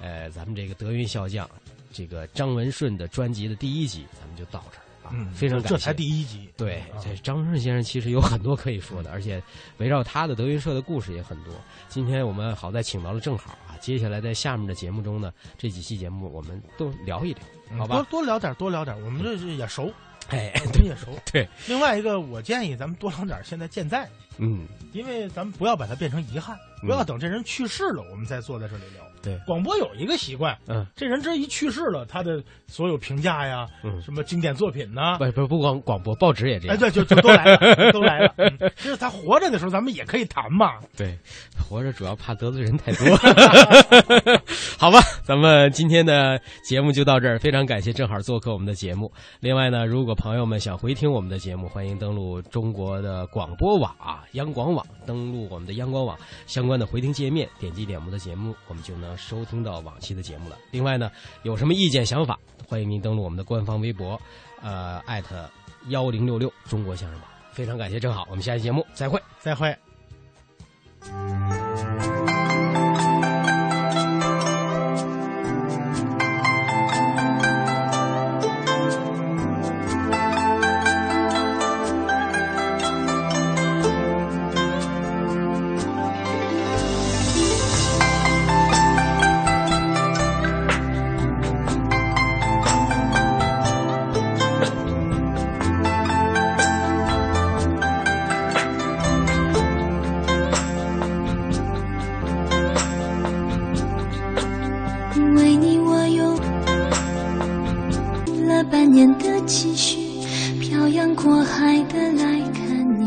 Speaker 3: 呃，咱们这个德云笑匠，这个张文顺的专辑的第一集，咱们就到这儿啊。非常感谢。
Speaker 4: 嗯这才第一集，
Speaker 3: 对，
Speaker 4: 啊
Speaker 3: 这张顺先生其实有很多可以说的，而且围绕他的德云社的故事也很多。今天我们好在请到了正好啊，接下来在下面的节目中呢，这几期节目我们都聊一聊，
Speaker 4: 嗯
Speaker 3: 好
Speaker 4: 多
Speaker 3: 吧？
Speaker 4: 多聊点，多聊点，我们这是也
Speaker 3: <laughs>
Speaker 4: 熟，
Speaker 3: 哎，
Speaker 4: 我们
Speaker 3: 对
Speaker 4: 也熟。
Speaker 3: 对，
Speaker 4: 另外一个，我建议咱们多聊点现在健在，
Speaker 3: 嗯，
Speaker 4: 因为咱们不要把它变成遗憾，
Speaker 3: 嗯
Speaker 4: 不要等这人去世了，我们再坐在这里聊。
Speaker 3: 对
Speaker 4: 广播有一个习惯，
Speaker 3: 嗯，
Speaker 4: 这人这一去世了，他的所有评价呀，
Speaker 3: 嗯
Speaker 4: 什么经典作品呐，
Speaker 3: 啊不不不光广播，报纸也这
Speaker 4: 哎，
Speaker 3: 样。
Speaker 4: 对，就就都来了，都来了。嗯其实他活着的时候，咱们也可以谈嘛。
Speaker 3: 对，活着主要怕得罪人太多。 <laughs> 好吧，咱们今天的节目就到这儿，非常感谢正好做客我们的节目。另外呢，如果朋友们想回听我们的节目，欢迎登录中国的广播网啊，央广网，登录我们的央广网相关的回听界面，点击点我们的节目，我们就能收听到往期的节目了。另外呢，有什么意见想法，欢迎您登录我们的官方微博，呃，艾特幺零六六中国相声榜。非常感谢正好，我们下期节目再会。
Speaker 4: 再会。
Speaker 8: 因为你我有了半年的积蓄，漂洋过海的来看